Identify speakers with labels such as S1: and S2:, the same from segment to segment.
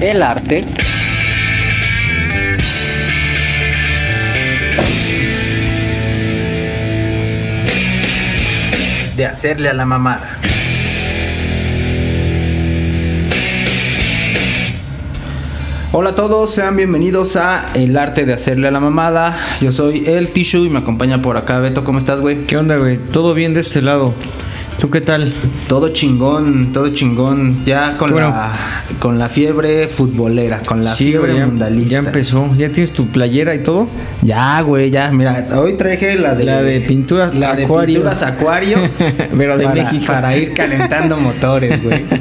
S1: el arte,
S2: de hacerle a la mamada.
S3: Hola a todos, sean bienvenidos a El arte de hacerle a la mamada. Yo soy el Tishu y me acompaña por acá Beto. ¿Cómo estás, güey?
S4: ¿Qué onda, güey? ¿Todo bien de este lado? ¿Tú qué tal?
S3: Todo chingón, todo chingón. Ya con
S4: Bueno.
S3: la con la fiebre futbolera, con la fiebre
S4: güey, ya,
S3: mundialista.
S4: ya empezó. ¿Ya tienes tu playera y todo?
S3: Ya, güey, ya. Mira, Ah, hoy traje la de
S4: La de pinturas
S3: la de
S4: acuario.
S3: pinturas acuario,
S4: Pero de
S3: para-
S4: México.
S3: para ir calentando motores, güey.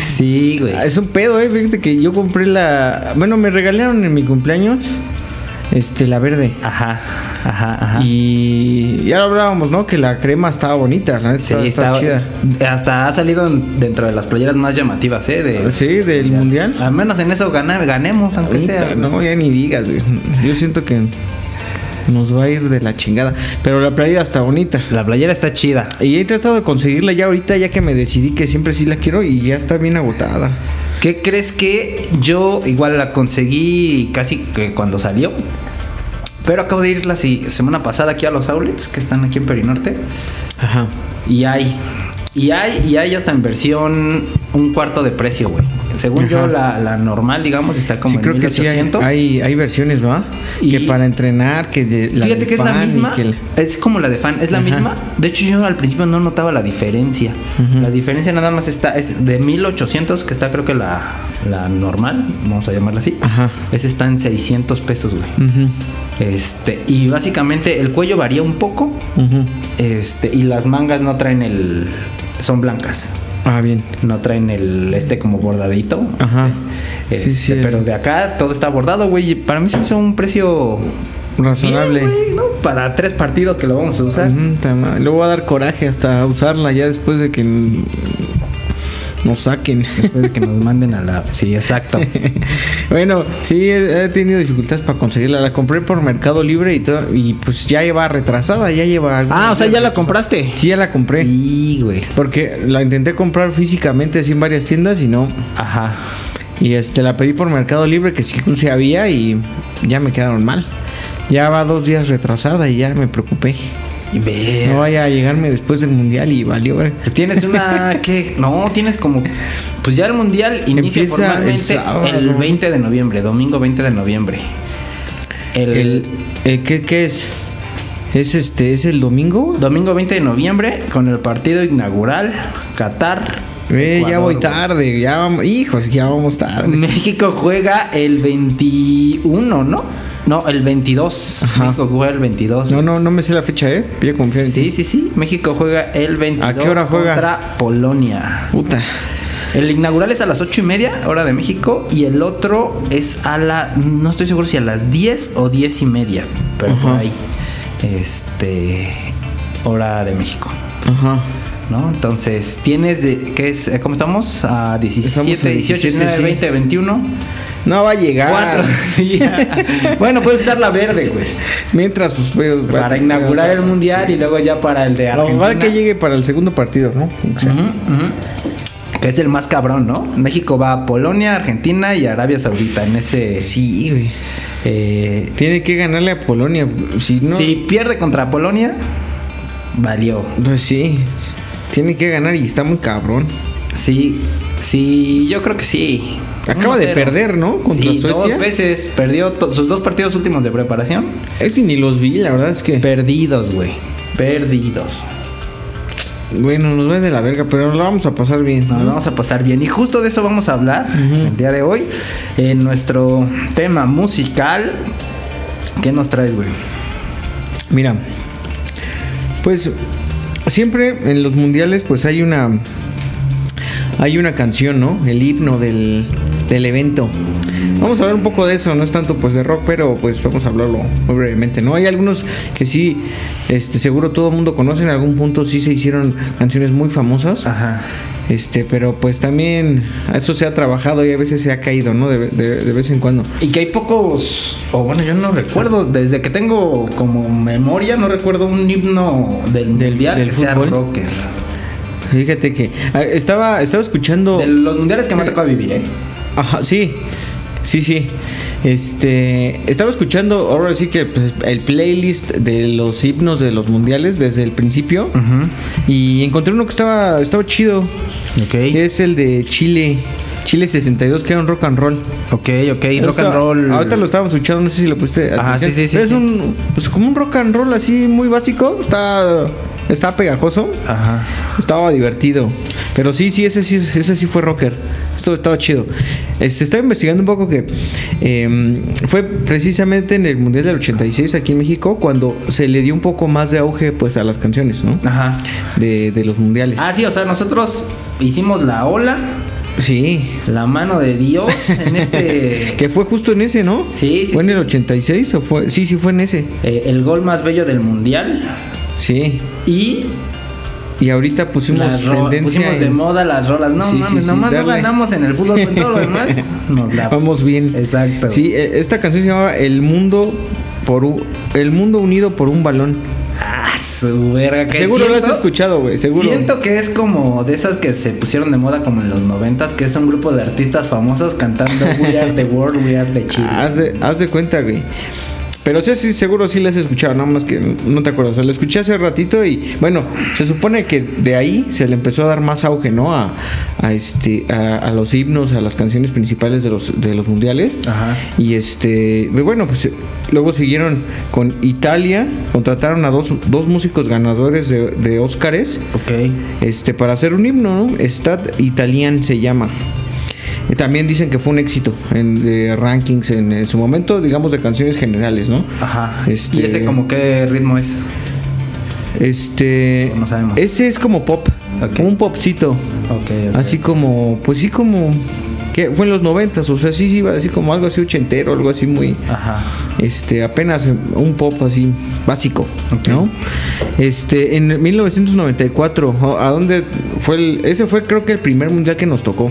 S3: Sí, güey.
S4: Ah, Es un pedo, eh. Fíjate que yo compré la. Bueno, me regalaron en mi cumpleaños. Este, la verde.
S3: Ajá, ajá, ajá.
S4: Y ya lo hablábamos, ¿no? Que la crema estaba bonita, la neta.
S3: Sí,
S4: estaba, estaba
S3: está-
S4: chida.
S3: Hasta ha salido en- dentro de las playeras más llamativas, ¿eh? De,
S4: Sí, del
S3: de-
S4: mundial.
S3: Al menos en eso gana- ganemos, Ah, aunque
S4: Puta,
S3: sea.
S4: No, ya ni digas, güey. Yo siento que nos va a ir de la chingada. Pero la playera está bonita.
S3: La playera está chida.
S4: Y he tratado de conseguirla ya ahorita, ya que me decidí que siempre sí la quiero y ya está bien agotada.
S3: ¿Qué crees que yo igual la conseguí casi que cuando salió? Pero acabo de ir la si- semana pasada aquí a los outlets que están aquí en Perinorte.
S4: Ajá.
S3: Y hay. Y hay, y hay hasta en versión un cuarto de precio, güey. Según yo,
S4: Ajá.
S3: la, la normal, digamos, está como
S4: sí,
S3: en
S4: creo que sí hay,
S3: 1800.
S4: hay, hay versiones, ¿va?
S3: Y-
S4: Que para entrenar, que de, la
S3: Fíjate
S4: del
S3: que es la
S4: fan y
S3: misma.
S4: que el-
S3: Es como la de fan, es la
S4: Ajá.
S3: misma. De hecho, yo al principio no notaba la diferencia.
S4: Ujú.
S3: La diferencia nada más está, es de 1800, que está creo que la, la normal, vamos a llamarla así.
S4: Ajá.
S3: Esa está en 600 pesos, güey.
S4: Ujú,
S3: Este, y básicamente el cuello varía un poco.
S4: ujú.
S3: Este, y las mangas no traen el. Son blancas.
S4: Ah, bien.
S3: No traen el este como bordadito.
S4: Ajá. Sí,
S3: Este,
S4: sí.
S3: Pero de acá todo está bordado, güey. Para mí se me hizo un precio
S4: Razonable.
S3: Bien, güey, ¿no? Para tres partidos que lo vamos a usar.
S4: Ujú, ta madre. Luego va a dar coraje hasta usarla ya después de que n- nos saquen.
S3: Después de que nos manden a la. Sí, exacto.
S4: Bueno, sí, he, he tenido dificultades para conseguirla. La compré por Mercado Libre y todo, y pues ya lleva retrasada, ya lleva...
S3: ah, o sea, ya la compraste.
S4: Sí, ya la compré.
S3: Sí, güey.
S4: Porque la intenté comprar físicamente así en varias tiendas y no.
S3: Ajá.
S4: Y este la pedí por Mercado Libre que sí se había y ya me quedaron mal. Ya va dos días retrasada y ya me preocupé.
S3: Y ve.
S4: No vaya a llegarme después del mundial y valió. ver.
S3: Pues tienes una que no tienes como pues ya el mundial inicia
S4: Empieza el
S3: formalmente
S4: sábado.
S3: el, 20 de noviembre, domingo 20 de noviembre. El,
S4: El, eh, ¿qué, qué es? ¿Es este? ¿Es el domingo?
S3: domingo 20 de noviembre con el partido inaugural Qatar.
S4: Eh, ya
S3: Ecuador,
S4: voy
S3: güey. Mm,
S4: tarde, ya vamos, hijos, ya vamos tarde.
S3: México juega el 21, ¿no? No, el 22.
S4: Ajá.
S3: México juega el 22.
S4: No, no, no me sé la fecha, eh. Voy a confiar en
S3: Sí,
S4: ti.
S3: sí, sí. México juega el 22
S4: ¿A qué hora juega?
S3: contra Polonia.
S4: Puta.
S3: El inaugural es a las 8 y media, hora de México, y el otro es a la, no estoy seguro si a las 10 o 10 y media, pero por
S4: Ajá.
S3: ahí, este, hora de México,
S4: Ajá.
S3: ¿no? Entonces, tienes, de, ¿qué es? Eh, ¿Cómo estamos? A 17,
S4: Estamos a
S3: 18,
S4: 17,
S3: 19,
S4: sí.
S3: 20, 21,
S4: No va a llegar.
S3: 4 bueno, puedes usar la verde, güey,
S4: Mientras, pues, pues,
S3: para
S4: pues,
S3: inaugurar el
S4: sí.
S3: mundial y luego ya para el de
S4: Lo
S3: Argentina. Ah,
S4: normal que llegue para el segundo partido, ¿no? O sea,
S3: Ujú, ujú. Que es el más cabrón, ¿no? México va a Polonia, Argentina y Arabia Saudita en ese.
S4: Sí, güey.
S3: eh,
S4: Tiene que ganarle a Polonia. Si no,
S3: Si pierde contra Polonia, valió.
S4: Pues sí. Tiene que ganar y está muy cabrón.
S3: Sí, sí, yo creo que sí.
S4: Acaba de
S3: 1-0.
S4: perder, ¿no? Contra
S3: Sí,
S4: Suecia.
S3: Dos veces perdió to- sus dos partidos últimos de preparación.
S4: Es que ni los vi, la verdad es que.
S3: Perdidos, güey. Perdidos.
S4: bueno, nos va de la verga, pero la vamos a pasar bien.
S3: Nos
S4: ¿no?
S3: vamos a pasar bien. Y justo de eso vamos a hablar
S4: Ujú.
S3: el día de hoy. En nuestro tema musical. ¿Qué nos traes, güey?
S4: Mira, pues siempre en los mundiales pues hay una hay una canción, ¿no? El himno del, del evento. Vamos a hablar un poco de eso, no es tanto pues de rock, pero pues vamos a hablarlo muy brevemente, ¿no? Hay algunos que sí, este, seguro todo el mundo conoce, en algún punto sí se hicieron canciones muy famosas,
S3: Ajá.
S4: este, pero pues también a eso se ha trabajado y a veces se ha caído, ¿no? De, de- de vez en cuando.
S3: Y que hay pocos, o bueno, yo no recuerdo, desde que tengo como memoria, no recuerdo un himno del,
S4: Del-
S3: mundial
S4: del
S3: que sea
S4: fútbol.
S3: rocker.
S4: Fíjate que ah, estaba, estaba escuchando...
S3: De los mundiales que me ha tocado vivir, ¿eh?
S4: Ajá, sí. Sí, sí. Este, estaba escuchando ahora sí que pues, el playlist de los himnos de los mundiales desde el principio y encontré uno que estaba estaba chido.
S3: Ok.
S4: Es el de Chile, Chile 62 que era un rock and roll.
S3: Ok, ok. Rock and
S4: Ahorita-
S3: roll.
S4: Ahorita lo estábamos escuchando, no sé si lo pusiste.
S3: Ajá,
S4: atención,
S3: sí, sí, sí,
S4: pero Es
S3: sí.
S4: un pues como un rock and roll así muy básico, está está pegajoso.
S3: Ajá.
S4: Estaba divertido. Pero sí, sí, ese sí, ese sí fue rocker. Esto estaba chido. Eh, Se estaba investigando un poco que eh, fue precisamente en el Mundial del 86 aquí en México cuando se le dio un poco más de auge pues a las canciones, ¿no?
S3: Ajá.
S4: De, de los mundiales.
S3: Ah, sí, o sea, nosotros hicimos la ola,
S4: sí.
S3: la mano de Dios en este.
S4: que fue justo en ese, ¿no?
S3: Sí, sí,
S4: ¿Fue en
S3: sí.
S4: el 86 o fue? Sí, sí, fue en ese.
S3: eh, el gol más bello del mundial.
S4: Sí.
S3: Y
S4: Y ahorita pusimos
S3: las ro-
S4: tendencia.
S3: pusimos de
S4: en-
S3: moda las rolas. No
S4: Sí, sí,
S3: mames,
S4: sí,
S3: nomás no
S4: darle.
S3: ganamos en el fútbol, pero en todo lo demás nos la
S4: Vamos bien.
S3: Exacto.
S4: Sí, e- esta canción se llamaba El mundo por un- El mundo unido por un balón.
S3: Ah, su verga. que
S4: Seguro lo has
S3: siento-
S4: escuchado, güey, seguro.
S3: Siento que es como de esas que se pusieron de moda como en los noventas, que es un grupo de artistas famosos cantando We Are the World, We Are the Chile.
S4: Ah, Haz de, haz de cuenta, güey. Pero sí, sí, seguro sí la has escuchado, nada más que no te acuerdas. O sea, la escuché hace ratito y bueno, se supone que de ahí se le empezó a dar más auge, ¿no? A, a este, a, a los himnos, a las canciones principales de los, de los mundiales.
S3: Ajá.
S4: Y este, bueno, pues eh, luego siguieron con Italia, contrataron a dos, dos músicos ganadores de, de Óscares.
S3: Ok.
S4: este, para hacer un himno, ¿no? Stat Italian se llama. Y También dicen que fue un éxito en de rankings en, en su momento, digamos de canciones generales, ¿no?
S3: Ajá.
S4: Este-
S3: ¿Y ese como qué ritmo es?
S4: Este,
S3: No sabemos.
S4: ese es como pop,
S3: Ok.
S4: un popcito,
S3: Ok.
S4: así como, pues sí como que fue en los noventas, o sea sí sí iba así como algo así ochentero, algo así muy,
S3: Ajá.
S4: este apenas un pop así básico,
S3: Ok.
S4: ¿no? Este en 1994, ¿a- ¿a dónde fue el ese fue creo que el primer mundial que nos tocó?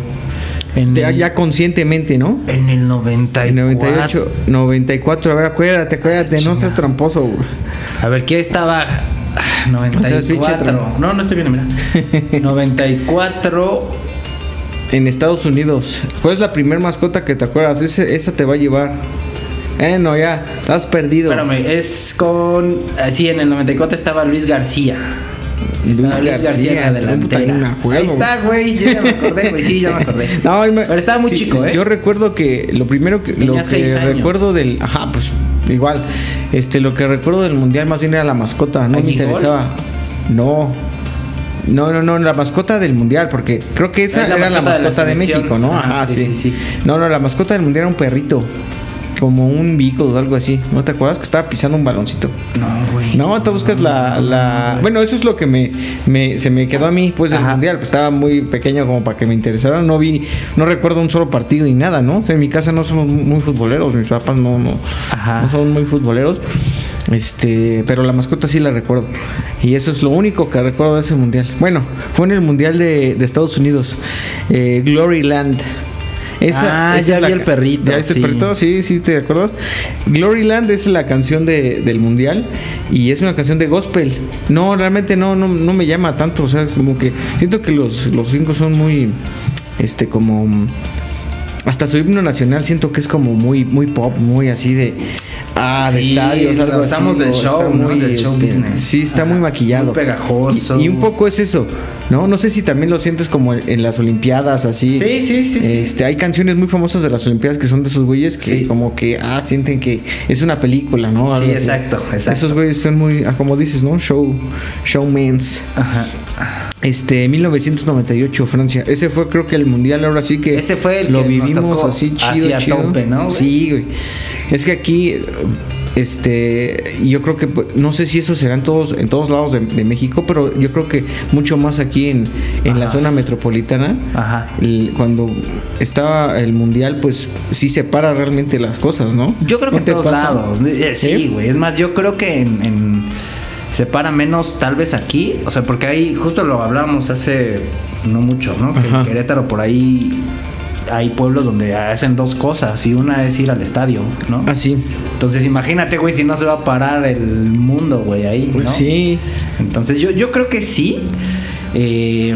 S3: En
S4: Ya,
S3: el,
S4: ya conscientemente, ¿no?
S3: en el 94.
S4: En 98, 94, a ver, acuérdate, acuérdate, no seas tramposo. güey.
S3: A ver, ¿qué estaba? Ah,
S4: sea, es pinche
S3: 94.
S4: trampa.
S3: No, no estoy bien, mira. 94.
S4: En Estados Unidos, ¿cuál es la primer mascota que te acuerdas? Ese- esa te va a llevar. Eh, no, ya, estás perdido.
S3: Espérame, es con. ah, Sí, en el 94 estaba Luis García.
S4: Luis
S3: Estaba Luis García, en la
S4: no, puta, ni me
S3: delantera.
S4: acuerdo,
S3: Ahí está, güey. Yo ya me acordé, güey. Sí, ya me acordé.
S4: No, ahí me-
S3: Pero estaba muy
S4: sí,
S3: chico, ¿eh?
S4: Yo recuerdo que lo primero que, lo
S3: Tenía
S4: que
S3: seis años.
S4: recuerdo del. Ajá, pues igual. Este, lo que recuerdo del mundial más bien era la mascota, no me
S3: ¿Añigol?
S4: interesaba. No. No, no, no, la mascota del mundial, porque creo que esa
S3: Ah, Es la
S4: era la
S3: mascota de la
S4: mascota de,
S3: selección.
S4: México, ¿no?
S3: Ajá,
S4: Ajá,
S3: sí,
S4: sí.
S3: sí, sí.
S4: No, no, la mascota del mundial era un perrito. Como un bico o algo así. ¿No te acuerdas que estaba pisando un baloncito?
S3: No, güey.
S4: No, te buscas la, la... Bueno, eso es lo que me, me- se me quedó a mí, pues, del
S3: Ajá.
S4: Mundial. Pues, estaba muy pequeño como para que me interesara. No vi, no recuerdo un solo partido ni nada, ¿no? O sea, en mi casa no somos muy futboleros. Mis papás no, no,
S3: Ajá.
S4: no son muy futboleros. Este, pero la mascota sí la recuerdo. Y eso es lo único que recuerdo de ese Mundial. Bueno, fue en el Mundial de, de Estados Unidos. Eh, Glory Land.
S3: Ah, ya
S4: es la
S3: vi el
S4: ca-
S3: perrito,
S4: ¿Ya viste el
S3: sí.
S4: perrito? Sí, sí, ¿te acuerdas? Gloryland es la canción de- del mundial y es una canción de gospel. No, realmente no, no, no me llama tanto. O sea, como que siento que los, los gringos son muy, este, como... mm, Hasta su himno nacional siento que es como muy, muy pop, muy así de... Ah, de
S3: Sí,
S4: estadios, algo
S3: estamos
S4: así.
S3: del
S4: o
S3: show,
S4: está este,
S3: ¿no? Del show business.
S4: Sí, está
S3: Ajá,
S4: muy maquillado.
S3: muy pegajoso.
S4: Y, y un poco es eso, ¿no? No sé si también lo sientes como en, en las Olimpiadas, así.
S3: Sí, sí, sí, sí.
S4: Este, hay canciones muy famosas de las Olimpiadas que son de esos güeyes que
S3: Sí.
S4: como que ah sienten que es una película, ¿no?
S3: Sí,
S4: Algo así.
S3: exacto, exacto.
S4: Esos güeyes son muy, ah, como dices, ¿no? Show, showmans.
S3: Ajá.
S4: Este, 1998, Francia. Ese fue creo que el mundial ahora sí que
S3: Ese fue el
S4: lo
S3: que nos
S4: vivimos
S3: tocó
S4: así chido,
S3: así a
S4: chido.
S3: tope, ¿no, güey?
S4: Sí, güey. Es que aquí este yo creo que pues, no sé si eso será en todos en todos lados de, de México, pero yo creo que mucho más aquí en, en la
S3: Ajá.
S4: zona metropolitana.
S3: Ajá.
S4: El- cuando estaba el mundial, pues sí separa realmente las cosas, ¿no?
S3: Yo creo que
S4: ¿No
S3: en
S4: te
S3: todos
S4: pasa?
S3: lados. Eh, Sí,
S4: ¿Sí?
S3: güey. Es más, yo creo que en, en- se para menos tal vez aquí. O sea, porque ahí justo lo hablábamos hace no mucho, ¿no? Que
S4: Ajá.
S3: en Querétaro por ahí hay pueblos donde hacen dos cosas y una es ir al estadio, ¿no?
S4: Así.
S3: Entonces imagínate, güey, si no se va a parar el mundo, güey, ahí. ¿no?
S4: Pues sí.
S3: Entonces yo, yo creo que sí. Eh,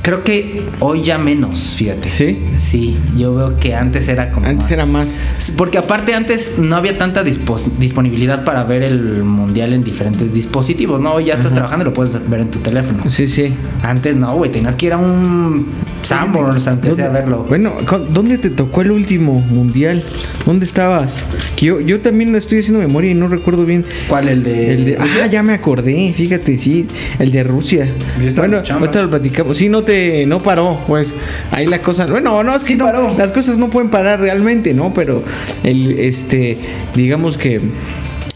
S3: Creo que hoy ya menos, fíjate.
S4: ¿Sí?
S3: Sí, yo veo que antes era como.
S4: Antes
S3: más.
S4: era más.
S3: Porque aparte antes no había tanta dispos- disponibilidad para ver el mundial en diferentes dispositivos, ¿no? Hoy ya estás trabajando y lo puedes ver en tu teléfono.
S4: Sí, sí.
S3: Antes no, güey, tenías que ir a un Sanborns, aunque sea a verlo.
S4: Bueno, co- ¿dónde te tocó el último mundial? ¿Dónde estabas? Que yo, yo también estoy haciendo memoria y no recuerdo bien.
S3: ¿Cuál? El de.
S4: El de- ah, ya me acordé, fíjate, sí, el de Rusia.
S3: Yo estaba en
S4: Bueno,
S3: mi chamba.
S4: ahorita lo platicamos. Sí, no te, no paró, pues. Ahí la cosa, bueno, no es que
S3: Sí
S4: no,
S3: paró.
S4: las cosas no pueden parar realmente, ¿no? Pero el, este, digamos que,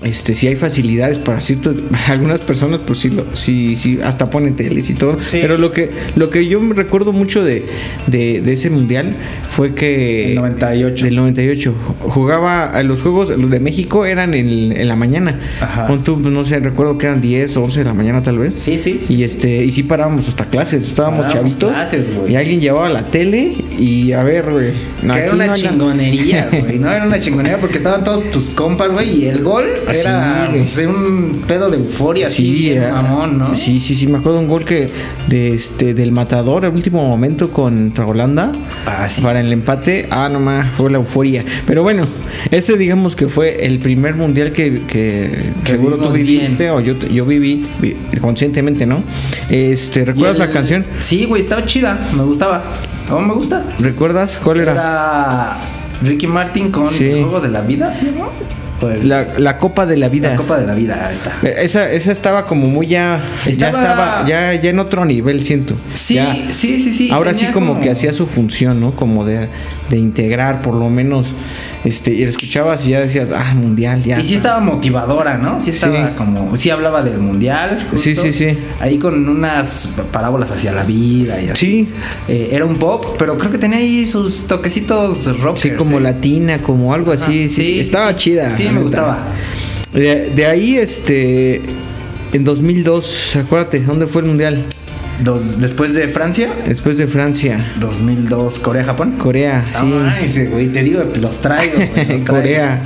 S4: este, si hay facilidades para ciertas, algunas personas, pues sí, lo, sí, sí, hasta ponen teles y todo.
S3: Sí.
S4: Pero lo que, lo que yo me recuerdo mucho de, de, de ese mundial fue que
S3: El 98.
S4: del 98. Jugaba a los juegos, los de México eran en, en la mañana.
S3: Ajá.
S4: Pon tú, pues, no sé, recuerdo que eran 10 o 11 de la mañana tal vez.
S3: Sí, sí. sí.
S4: Y este, y sí parábamos hasta clases, estábamos
S3: Parábamos
S4: chavitos.
S3: clases, güey.
S4: y alguien llevaba la tele y a ver, güey. no,
S3: que
S4: aquí
S3: era una
S4: no hagan-
S3: chingonería, güey. No era una chingonería porque estaban todos tus compas, güey. Y el gol
S4: Ah, Sí,
S3: era
S4: güey.
S3: pues, un pedo de euforia, así,
S4: Sí,
S3: bien
S4: ah,
S3: mamón, ¿no?
S4: sí, sí, sí, me acuerdo un gol que de este del matador al último momento contra Holanda.
S3: Ah, sí.
S4: para el empate. Ah, nomás, fue la euforia. Pero bueno, ese digamos que fue el primer mundial que, que
S3: Que
S4: seguro tú
S3: vivimos bien.
S4: viviste o yo, yo viví vi- conscientemente, ¿no? Este,
S3: Y el-
S4: ¿recuerdas la canción?
S3: Sí, güey, estaba chida. Me gustaba. Aún me gusta.
S4: ¿Recuerdas cuál era?
S3: Era Ricky Martin con
S4: Sí.
S3: el juego de la vida, ¿sí, no? O el-
S4: La, la Copa de la Vida.
S3: pues, la Copa de la Vida, ahí está.
S4: Eh, Esa, esa estaba como muy ya.
S3: Estaba-
S4: Ya estaba. Ya, ya en otro nivel, siento.
S3: Sí,
S4: Ya-
S3: sí, sí, sí.
S4: Ahora sí
S3: tenía
S4: como, que hacía su función, ¿no? Como de, de integrar, por lo menos. Este, y la escuchabas y ya decías, ah, mundial, ya.
S3: Y sí estaba motivadora, ¿no? Sí estaba
S4: Sí.
S3: como... Sí hablaba del mundial.
S4: Sí, sí, sí.
S3: Ahí con unas parábolas hacia la vida y así.
S4: Sí,
S3: Eh, era un pop, pero creo que tenía ahí sus toquecitos ¿eh? rock.
S4: Sí, como latina, como algo así. sí, sí, estaba chida.
S3: Sí,
S4: la
S3: me
S4: neta.
S3: gustaba.
S4: De, de ahí, este. En 2002, acuérdate, ¿dónde fue el mundial?
S3: Dos- después de Francia,
S4: Después de Francia,
S3: 2002, Corea-Japón.
S4: Corea,
S3: Ah,
S4: sí.
S3: Ay, sí, güey, te digo, los traigo. güey, los traigo.
S4: Corea.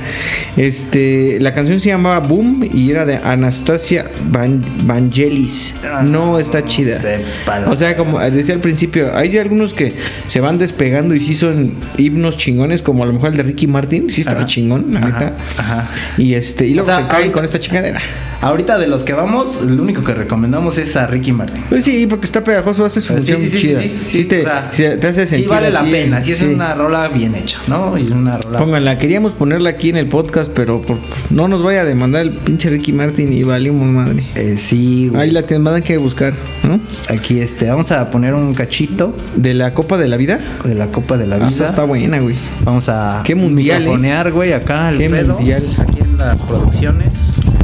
S4: Este, la canción se llamaba Boom y era de Anastasia Van- Vangelis.
S3: Ah,
S4: No está chida.
S3: sepa la-
S4: O sea, como decía al principio, hay algunos que se van despegando y sí son himnos chingones, como a lo mejor el de Ricky Martin, sí estaba
S3: Ajá.
S4: chingón, la
S3: Ajá,
S4: neta.
S3: ajá.
S4: Y este, y
S3: O
S4: luego
S3: sea,
S4: se caen
S3: ahorita-
S4: con esta chingadera.
S3: Ahorita de los que vamos, lo único que recomendamos es a Ricky Martin.
S4: Pues sí, porque está pegajoso, hace
S3: Pues
S4: su función chida. Sí, te,
S3: o sea,
S4: sí te hace sentir.
S3: Sí vale la
S4: así,
S3: pena, sí es
S4: sí.
S3: una rola bien hecha, ¿no? Y una rola...
S4: Pónganla, queríamos ponerla aquí en el podcast, pero por- no nos vaya a demandar el pinche Ricky Martin y valimos madre.
S3: Eh, sí, güey.
S4: Ahí la tendrán que buscar, ¿no?
S3: Aquí este, vamos a poner un cachito
S4: De la Copa de la Vida.
S3: de la Copa de la
S4: Ah,
S3: Vida.
S4: esa está buena, güey.
S3: Vamos a
S4: Qué mundial, eh?
S3: microfonear, güey, acá el
S4: Qué
S3: pedo.
S4: mundial.
S3: Aquí en las producciones.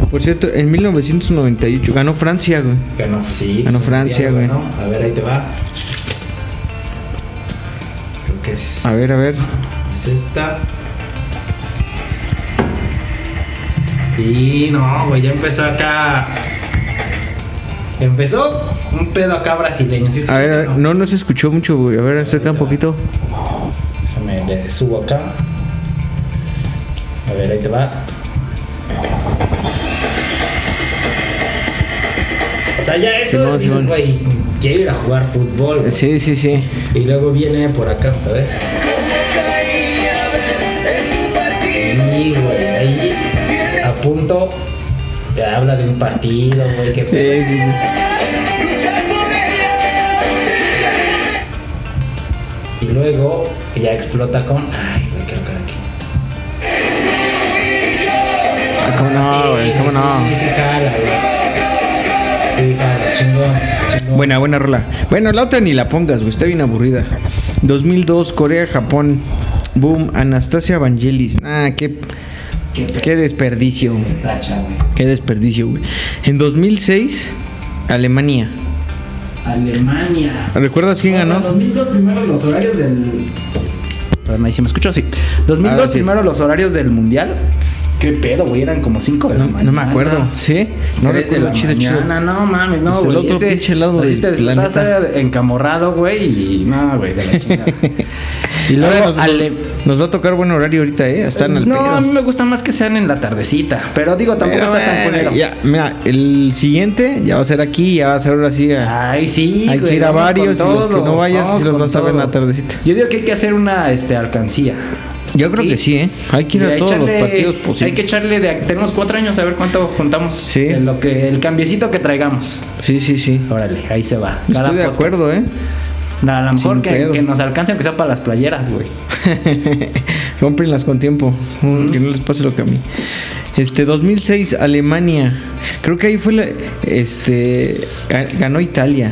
S4: Por cierto, en 1998 ganó Francia, güey.
S3: Ganó, sí.
S4: Ganó Ah, Francia, güey.
S3: ganó. A ver, ahí te va. Creo que es,
S4: A ver, a ver.
S3: es esta. Y no, güey, ya empezó acá. Empezó un pedo acá brasileño. ¿sí
S4: A ver, a ver.
S3: escucharon?
S4: No, no se escuchó mucho, güey. A ver, acerca un poquito.
S3: Déjame, le subo acá. A ver, ahí te va. O sea, ya eso
S4: Simón,
S2: Dices,
S4: Simón.
S2: güey, quiero ir a jugar fútbol. güey.
S4: Eh, Sí, sí, sí.
S2: Y luego viene por acá, vamos a ver. Y, güey, ahí a punto. te Habla de un partido, güey, que
S4: Eh, Sí, sí, sí.
S2: Y luego ya explota con. Ay, güey, quiero caer aquí.
S4: Ah, ¿Cómo no, güey? ¿Cómo no?
S2: Sí, sí, jala, güey. Sí, jala, chingón, chingón.
S4: Buena, buena rola. Bueno, la otra ni la pongas, güey. Está bien aburrida. 2002, Corea, Japón. Boom, Anastasia Vangelis. Ah, qué,
S2: Qué pe-
S4: qué desperdicio.
S2: tacha, güey.
S4: Qué desperdicio, güey. En 2006, Alemania.
S2: Alemania.
S4: ¿Recuerdas quién
S2: Bueno,
S4: ganó?
S2: 2002 primero los horarios del. Perdón, ahí sí me escuchó, sí. 2002
S4: Ahora sí.
S2: primero los horarios del mundial. ¿Qué pedo, güey? Eran como 5 de la
S4: No,
S2: mañana.
S4: no me acuerdo. ¿Sí? No
S3: Tres de
S4: recuerdo.
S3: la
S4: Chido, chido.
S3: mañana, no mames, no,
S4: Pues
S3: güey.
S4: el otro
S3: ese-
S4: pinche lado
S3: así
S4: del
S3: te despertabas
S4: planeta.
S3: todavía encamorrado, güey, y no, güey, de la chingada.
S4: Y luego
S3: Luego,
S4: nos,
S3: Ale-
S4: nos va a tocar buen horario ahorita, ¿eh? Están al
S3: No,
S4: pedo.
S3: a mí me gusta más que sean en la tardecita. Pero digo, tampoco
S4: Pero
S3: está tan
S4: bueno,
S3: culero.
S4: ya, mira, el siguiente ya va a ser aquí, ya va a ser ahora sí. a-
S3: Ay, sí.
S4: Hay
S3: güey,
S4: que ir a
S3: vamos
S4: varios
S3: con
S4: y los que
S3: todo,
S4: no vayas,
S3: vamos
S4: sí los
S3: con
S4: vas a ver en
S3: todo.
S4: la tardecita.
S3: Yo digo que hay que hacer una este, alcancía.
S4: Yo creo
S3: Y-
S4: que sí, ¿eh? Hay que ir
S3: y
S4: a todos
S3: echarle-
S4: los partidos
S3: Hay que
S4: posibles.
S3: echarle de. Tenemos cuatro años a ver cuánto juntamos.
S4: Sí.
S3: De lo que, el cambiecito que traigamos.
S4: Sí, sí, sí.
S3: Órale, ahí se va. Cada
S4: Estoy de
S3: podcast.
S4: acuerdo, ¿eh?
S3: A lo mejor
S4: Sin
S3: que,
S4: pedo.
S3: que nos alcance aunque sea para las playeras, güey.
S4: Cómprenlas con tiempo, mm, que no les pase lo que a mí. Este 2006 Alemania, creo que ahí fue la, este ga- ganó Italia.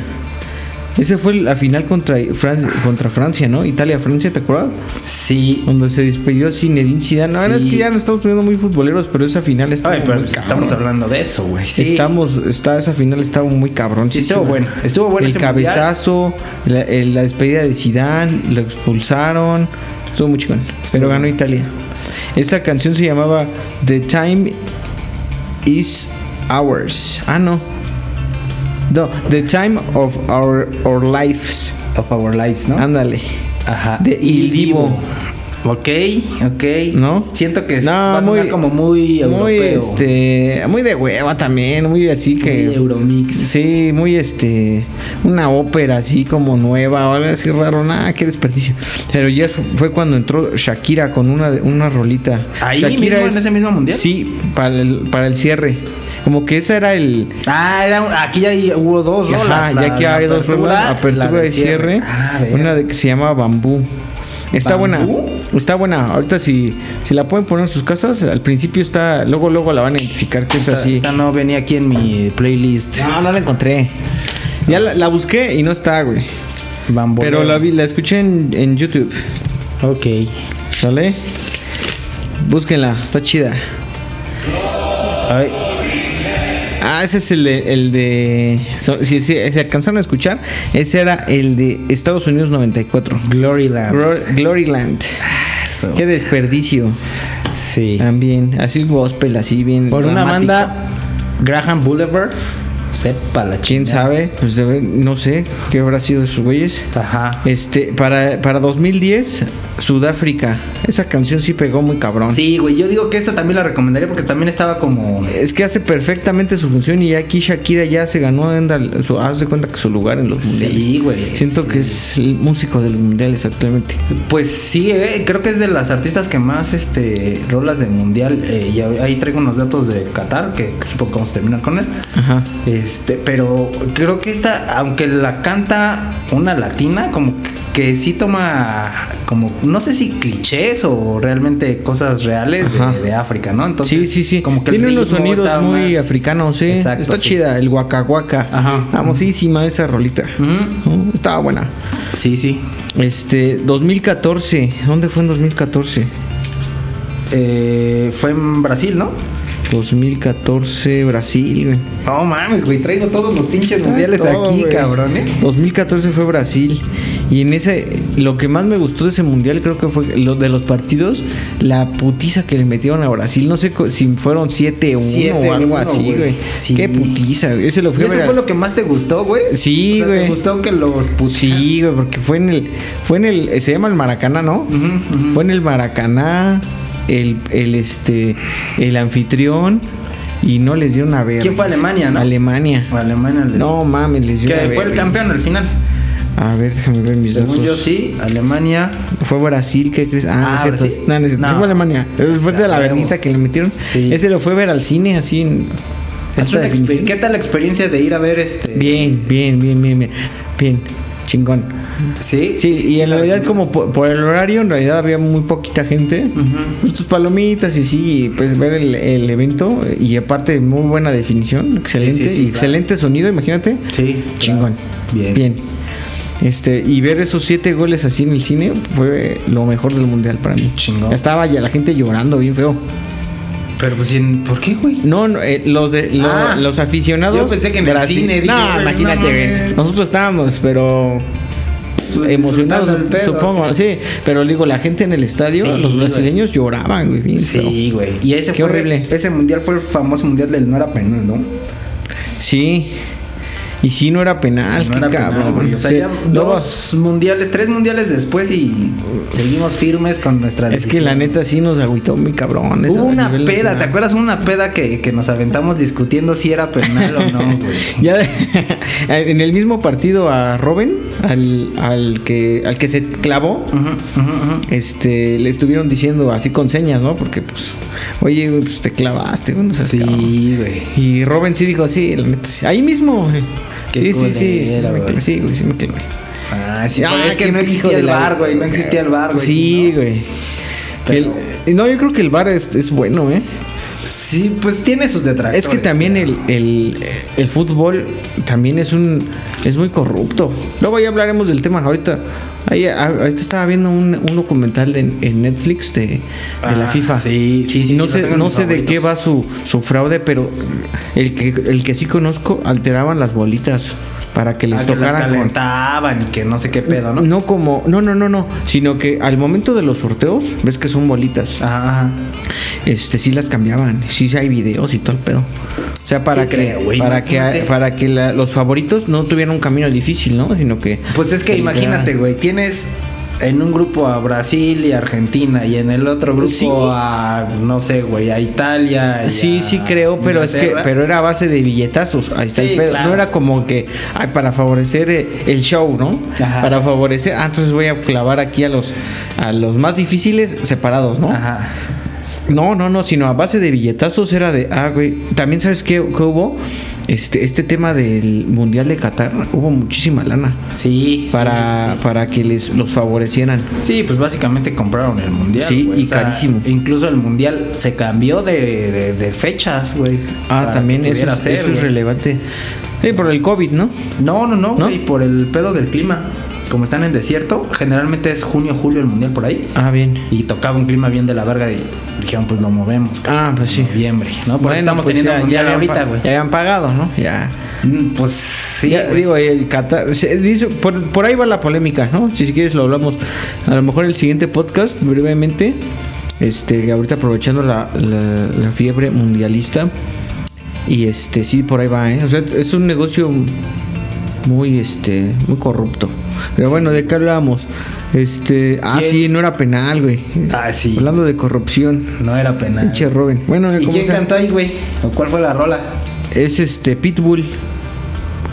S4: Ese fue la final contra Francia, contra Francia, ¿no? Italia Francia, ¿te acuerdas?
S3: Sí.
S4: Donde se despidió Zinedine Zidane. Ahora
S3: Sí.
S4: es que ya no estamos poniendo muy futboleros, pero esa final estuvo
S3: Ay, pero
S4: muy
S3: pues
S4: cabrón.
S3: estamos hablando de eso, güey. Sí.
S4: Estamos, está, esa final estaba muy cabrón.
S3: Sí, estuvo buena. Estuvo buena
S4: El
S3: ese mundial.
S4: cabezazo, la, el- la despedida de Zidane, lo expulsaron. Estuvo muy chingón. Pero ganó Italia. Esa canción se llamaba The Time Is Ours. Ah, no. No, The Time of Our, our Lives.
S3: Of Our Lives, ¿no?
S4: Ándale.
S3: Ajá.
S4: De Il Divo.
S3: Ok, ok.
S4: ¿No?
S3: Siento que es-
S4: No,
S3: va a sonar
S4: muy-
S3: como muy europeo.
S4: Muy, este, muy de hueva también. Muy así que.
S3: Muy Euromix.
S4: Sí, muy este. Una ópera así como nueva o algo así raro. Nada, qué desperdicio. Pero ya fu- fue cuando entró Shakira con una, una rolita.
S3: ¿Ahí
S4: Shakira
S3: mismo, en ese mismo mundial?
S4: Sí, para el, para el cierre. Como que ese era el.
S3: Ah, era un- aquí ya hubo dos
S4: Ajá,
S3: rolas. la
S4: ya que
S3: de
S4: hay dos
S3: apertura,
S4: rolas,
S3: la
S4: apertura
S3: del
S4: de cierre,
S3: Ah, a ver.
S4: una de que se llama Bambú. Está
S3: ¿Bambú?
S4: buena, está buena. Ahorita si, si la pueden poner en sus casas, al principio está, luego luego la van a identificar que es
S3: Esta-
S4: así.
S3: Esta no venía aquí en mi playlist.
S4: No, no la encontré. Ya la, la busqué y no está, güey.
S3: Bamboleo.
S4: Pero la vi, la escuché en, en YouTube,
S3: Ok.
S4: ¿sale? Búsquenla, está chida.
S3: Ay,
S4: Ah, ese es el de, el de so- si, si- si alcanzaron a escuchar, ese era el de Estados Unidos 94.
S3: Gloryland.
S4: Glor- Gloryland.
S3: Eso.
S4: Qué desperdicio.
S3: Sí.
S4: También, así gospel, así bien.
S3: Por una
S4: dramático.
S3: banda, Graham Boulevard. Sepa la
S4: ¿Quién
S3: chingada.
S4: sabe? Pues debe- no sé qué habrá sido de sus güeyes.
S3: Ajá.
S4: Este, para, para 2010, Sudáfrica. Esa canción sí pegó muy cabrón.
S3: Sí, güey, yo digo que esa también la recomendaría porque también estaba como...
S4: Es que hace perfectamente su función y ya aquí Shakira ya se ganó, anda, su, haz de cuenta que su lugar en los mundiales.
S3: Sí, güey.
S4: Siento que es el músico de los mundiales actualmente.
S3: Pues sí, eh, creo que es de las artistas que más este rolas de mundial. eh, y ahí traigo unos datos de Qatar, que, que supongo que vamos a terminar con él.
S4: Ajá.
S3: Este, pero creo que esta, aunque la canta una latina, como que, que sí toma como, no sé si clichés o realmente cosas reales
S4: Ajá.
S3: de, de África, ¿no?
S4: sí, sí, sí.
S3: Como que el
S4: Tiene unos
S3: ritmo
S4: sonidos
S3: está
S4: muy
S3: más-
S4: africanos, sí.
S3: Exacto,
S4: está
S3: sí.
S4: chida, el guaca guaca.
S3: Ajá.
S4: Famosísima esa rolita.
S3: Ujú.
S4: ¿no? Estaba buena.
S3: Sí, sí.
S4: Este, 2014. ¿Dónde fue en 2014?
S3: Eh, fue en Brasil, ¿no?
S4: 2014, Brasil, güey.
S3: No mames, güey, traigo todos los pinches mundiales
S4: Traes todo,
S3: aquí,
S4: güey.
S3: cabrón, ¿eh?
S4: 2014 fue Brasil. Y en ese, lo que más me gustó de ese mundial creo que fue lo de los partidos, la putiza que le metieron a Brasil. No sé co- si fueron 7-1 o
S3: 7-1,
S4: algo así,
S3: güey.
S4: güey.
S3: Sí.
S4: Qué putiza, güey. Ese lo
S3: ¿Y
S4: fue
S3: eso fue lo que más te gustó, güey?
S4: Sí,
S3: O sea,
S4: güey.
S3: ¿Te gustó que los putearan?
S4: Sí, güey, porque fue en el. Fue en el. Se llama el Maracaná, ¿no?
S3: Ujú, ujú.
S4: Fue en el Maracaná. El, el este. El anfitrión. Y no les dieron a ver.
S3: ¿Quién fue Alemania, no?
S4: Alemania.
S3: Alemania les-
S4: No mames, les
S3: Que
S4: dio
S3: fue
S4: una
S3: el
S4: verga.
S3: campeón al final.
S4: A ver, déjame ver mis
S3: Según
S4: datos.
S3: yo sí, Alemania.
S4: Fue Brasil, ¿qué crees? Ah,
S3: Ah,
S4: no es cierto.
S3: Brasil.
S4: No, no es cierto. Sí
S3: No.
S4: fue Alemania. Después de la
S3: Exacto.
S4: verniza que le metieron.
S3: Sí.
S4: Ese lo fue a ver al cine, así en.
S3: Es
S4: hasta
S3: una
S4: el-
S3: exper- ¿Qué tal la experiencia de ir a ver este?
S4: Bien, bien, bien, bien, bien. Bien, chingón.
S3: Sí.
S4: Sí, y en
S3: la
S4: realidad,
S3: verdad.
S4: como por, por el horario, en realidad había muy poquita gente.
S3: Ujú.
S4: Pues tus palomitas y sí, pues ver el, el evento. Y aparte, muy buena definición. Excelente.
S3: sí, sí,
S4: y
S3: claro.
S4: excelente sonido, imagínate.
S3: Sí.
S4: Chingón.
S3: claro.
S4: Bien. Este, y ver esos siete goles así en el cine fue lo mejor del mundial para mí.
S3: Chingón.
S4: Estaba ya la gente llorando bien feo.
S3: Pero pues ¿en- ¿por qué, güey?
S4: No, no, eh, los de lo-
S3: Ah.
S4: los aficionados.
S3: Yo pensé que en el
S4: Brasil-
S3: cine, dije,
S4: No,
S3: güey,
S4: imagínate,
S3: no
S4: güey.
S3: mames.
S4: Nosotros estábamos, pero
S3: Pues,
S4: emocionados,
S3: disfrutando el pedo,
S4: supongo. Sí. pero digo, la gente en el estadio,
S3: Sí,
S4: los brasileños lloraban, güey. bien feo.
S3: Sí, güey. Y ese
S4: Qué
S3: fue
S4: horrible.
S3: ese mundial fue el famoso mundial del no era penal, ¿no?
S4: Sí. Y sí, no era penal,
S3: No
S4: qué
S3: era penal,
S4: cabrón.
S3: güey. O sea,
S4: Sí.
S3: ya
S4: Luego,
S3: dos mundiales, tres mundiales después y seguimos firmes con nuestra
S4: es que la
S3: decisión.
S4: neta sí nos agüitó mi cabrón. eso
S3: Hubo
S4: a
S3: una peda,
S4: nivel nacional.
S3: ¿te acuerdas? Una peda que, que nos aventamos discutiendo si era penal o no, güey.
S4: Ya en el mismo partido a Robin, al, al que al que se clavó,
S3: Ujú, ujú, ujú.
S4: este le estuvieron diciendo así con señas, ¿no? Porque pues, oye, güey, pues te clavaste, güey, no seas cabrón.
S3: Sí, güey.
S4: Y Robin sí dijo así, la neta, sí. ahí mismo. güey.
S3: Qué
S4: Sí, sí, sí, sí,
S3: culero,
S4: me clavé,
S3: güey.
S4: sí, güey, sí me clavé.
S3: Ah, sí,
S4: Ah,
S3: pero es que
S4: qué
S3: no
S4: hijo
S3: existía
S4: de
S3: el
S4: la-
S3: bar, güey. No existía el bar, güey.
S4: Sí,
S3: ¿no?
S4: güey. Que el-
S3: Pero-
S4: no, yo creo que el bar es, es bueno, ¿eh?
S3: Sí, pues tiene sus detractores.
S4: Es que también
S3: pero-
S4: el, el, el fútbol también es un es muy corrupto. Luego ya hablaremos del tema ahorita. Ahí, a- ahorita estaba viendo un, un documental de- en Netflix de, de la
S3: Ah,
S4: FIFA.
S3: Sí, sí, sí.
S4: no
S3: lo
S4: sé,
S3: tengo en
S4: no
S3: mis
S4: sé de qué
S3: favoritos.
S4: va su, su fraude, pero el que, el que sí conozco alteraban las bolitas para que les
S3: Ah, que las
S4: tocaran con-
S3: calentaban y que no sé qué pedo, ¿no?
S4: No como, no, no, no, no, sino que al momento de los sorteos, ves que son bolitas.
S3: Ajá. ajá.
S4: Este sí las cambiaban, sí sí hay videos y todo el pedo. O sea, para
S3: Sí
S4: que
S3: creo, güey,
S4: para
S3: imagínate.
S4: que para que la- los favoritos no tuvieran un camino difícil, ¿no? Sino que
S3: Pues es que imagínate, güey, tienes en un grupo a Brasil y Argentina y en el otro grupo
S4: Sí.
S3: a no sé, güey, a Italia. y
S4: Sí,
S3: a
S4: sí creo, pero es que
S3: Inglaterra.
S4: pero era a base de billetazos, ahí está el
S3: Sí,
S4: pedo.
S3: claro.
S4: No era como que ay, para favorecer eh, el show, ¿no?
S3: Ajá.
S4: Para favorecer, ah, entonces voy a clavar aquí a los a los más difíciles separados, ¿no?
S3: Ajá.
S4: No, no, no, sino a base de billetazos era de, ah, güey, también sabes qué, qué hubo, este, este tema del Mundial de Qatar, hubo muchísima lana
S3: Sí, sí,
S4: para,
S3: sí, sí.
S4: para que les los favorecieran.
S3: Sí, pues básicamente compraron el mundial.
S4: Sí,
S3: güey,
S4: y carísimo.
S3: Incluso el mundial se cambió de, de- de fechas, güey.
S4: Ah,
S3: para que
S4: también eso,
S3: pudiera
S4: es-
S3: ser,
S4: eso es
S3: güey.
S4: relevante. Sí, por el COVID, ¿no?
S3: No, no, no,
S4: ¿No?
S3: güey, por el pedo del clima. Como están en desierto, generalmente es junio, julio el mundial por ahí.
S4: Ah, bien.
S3: Y tocaba un clima bien de la verga y dijeron, pues lo movemos.
S4: Ah, pues sí.
S3: Noviembre, ¿no? Por eso estamos
S4: pues
S3: teniendo
S4: ya-
S3: el
S4: ya,
S3: mundial
S4: habían
S3: ahorita,
S4: pa-
S3: güey.
S4: ya habían pagado, ¿no? Ya.
S3: Mm, Pues sí.
S4: Ya,
S3: güey.
S4: digo, el Qatar. se dice- por, por ahí va la polémica, ¿no? Si, si quieres lo hablamos. A lo mejor el siguiente podcast, brevemente. Este, ahorita aprovechando la, la- la fiebre mundialista. Y este, sí, por ahí va, ¿eh? O sea, es un negocio muy, este, muy corrupto. Pero bueno, ¿de qué hablábamos? Este, ah,
S3: ¿Quién?
S4: sí, no era penal, güey.
S3: Ah, sí.
S4: Hablando de corrupción.
S3: No era penal.
S4: Pinche Robin. Bueno,
S3: ¿Y
S4: como
S3: quién
S4: sea,
S3: cantó ahí, güey? ¿O cuál fue la rola?
S4: es este, Pitbull.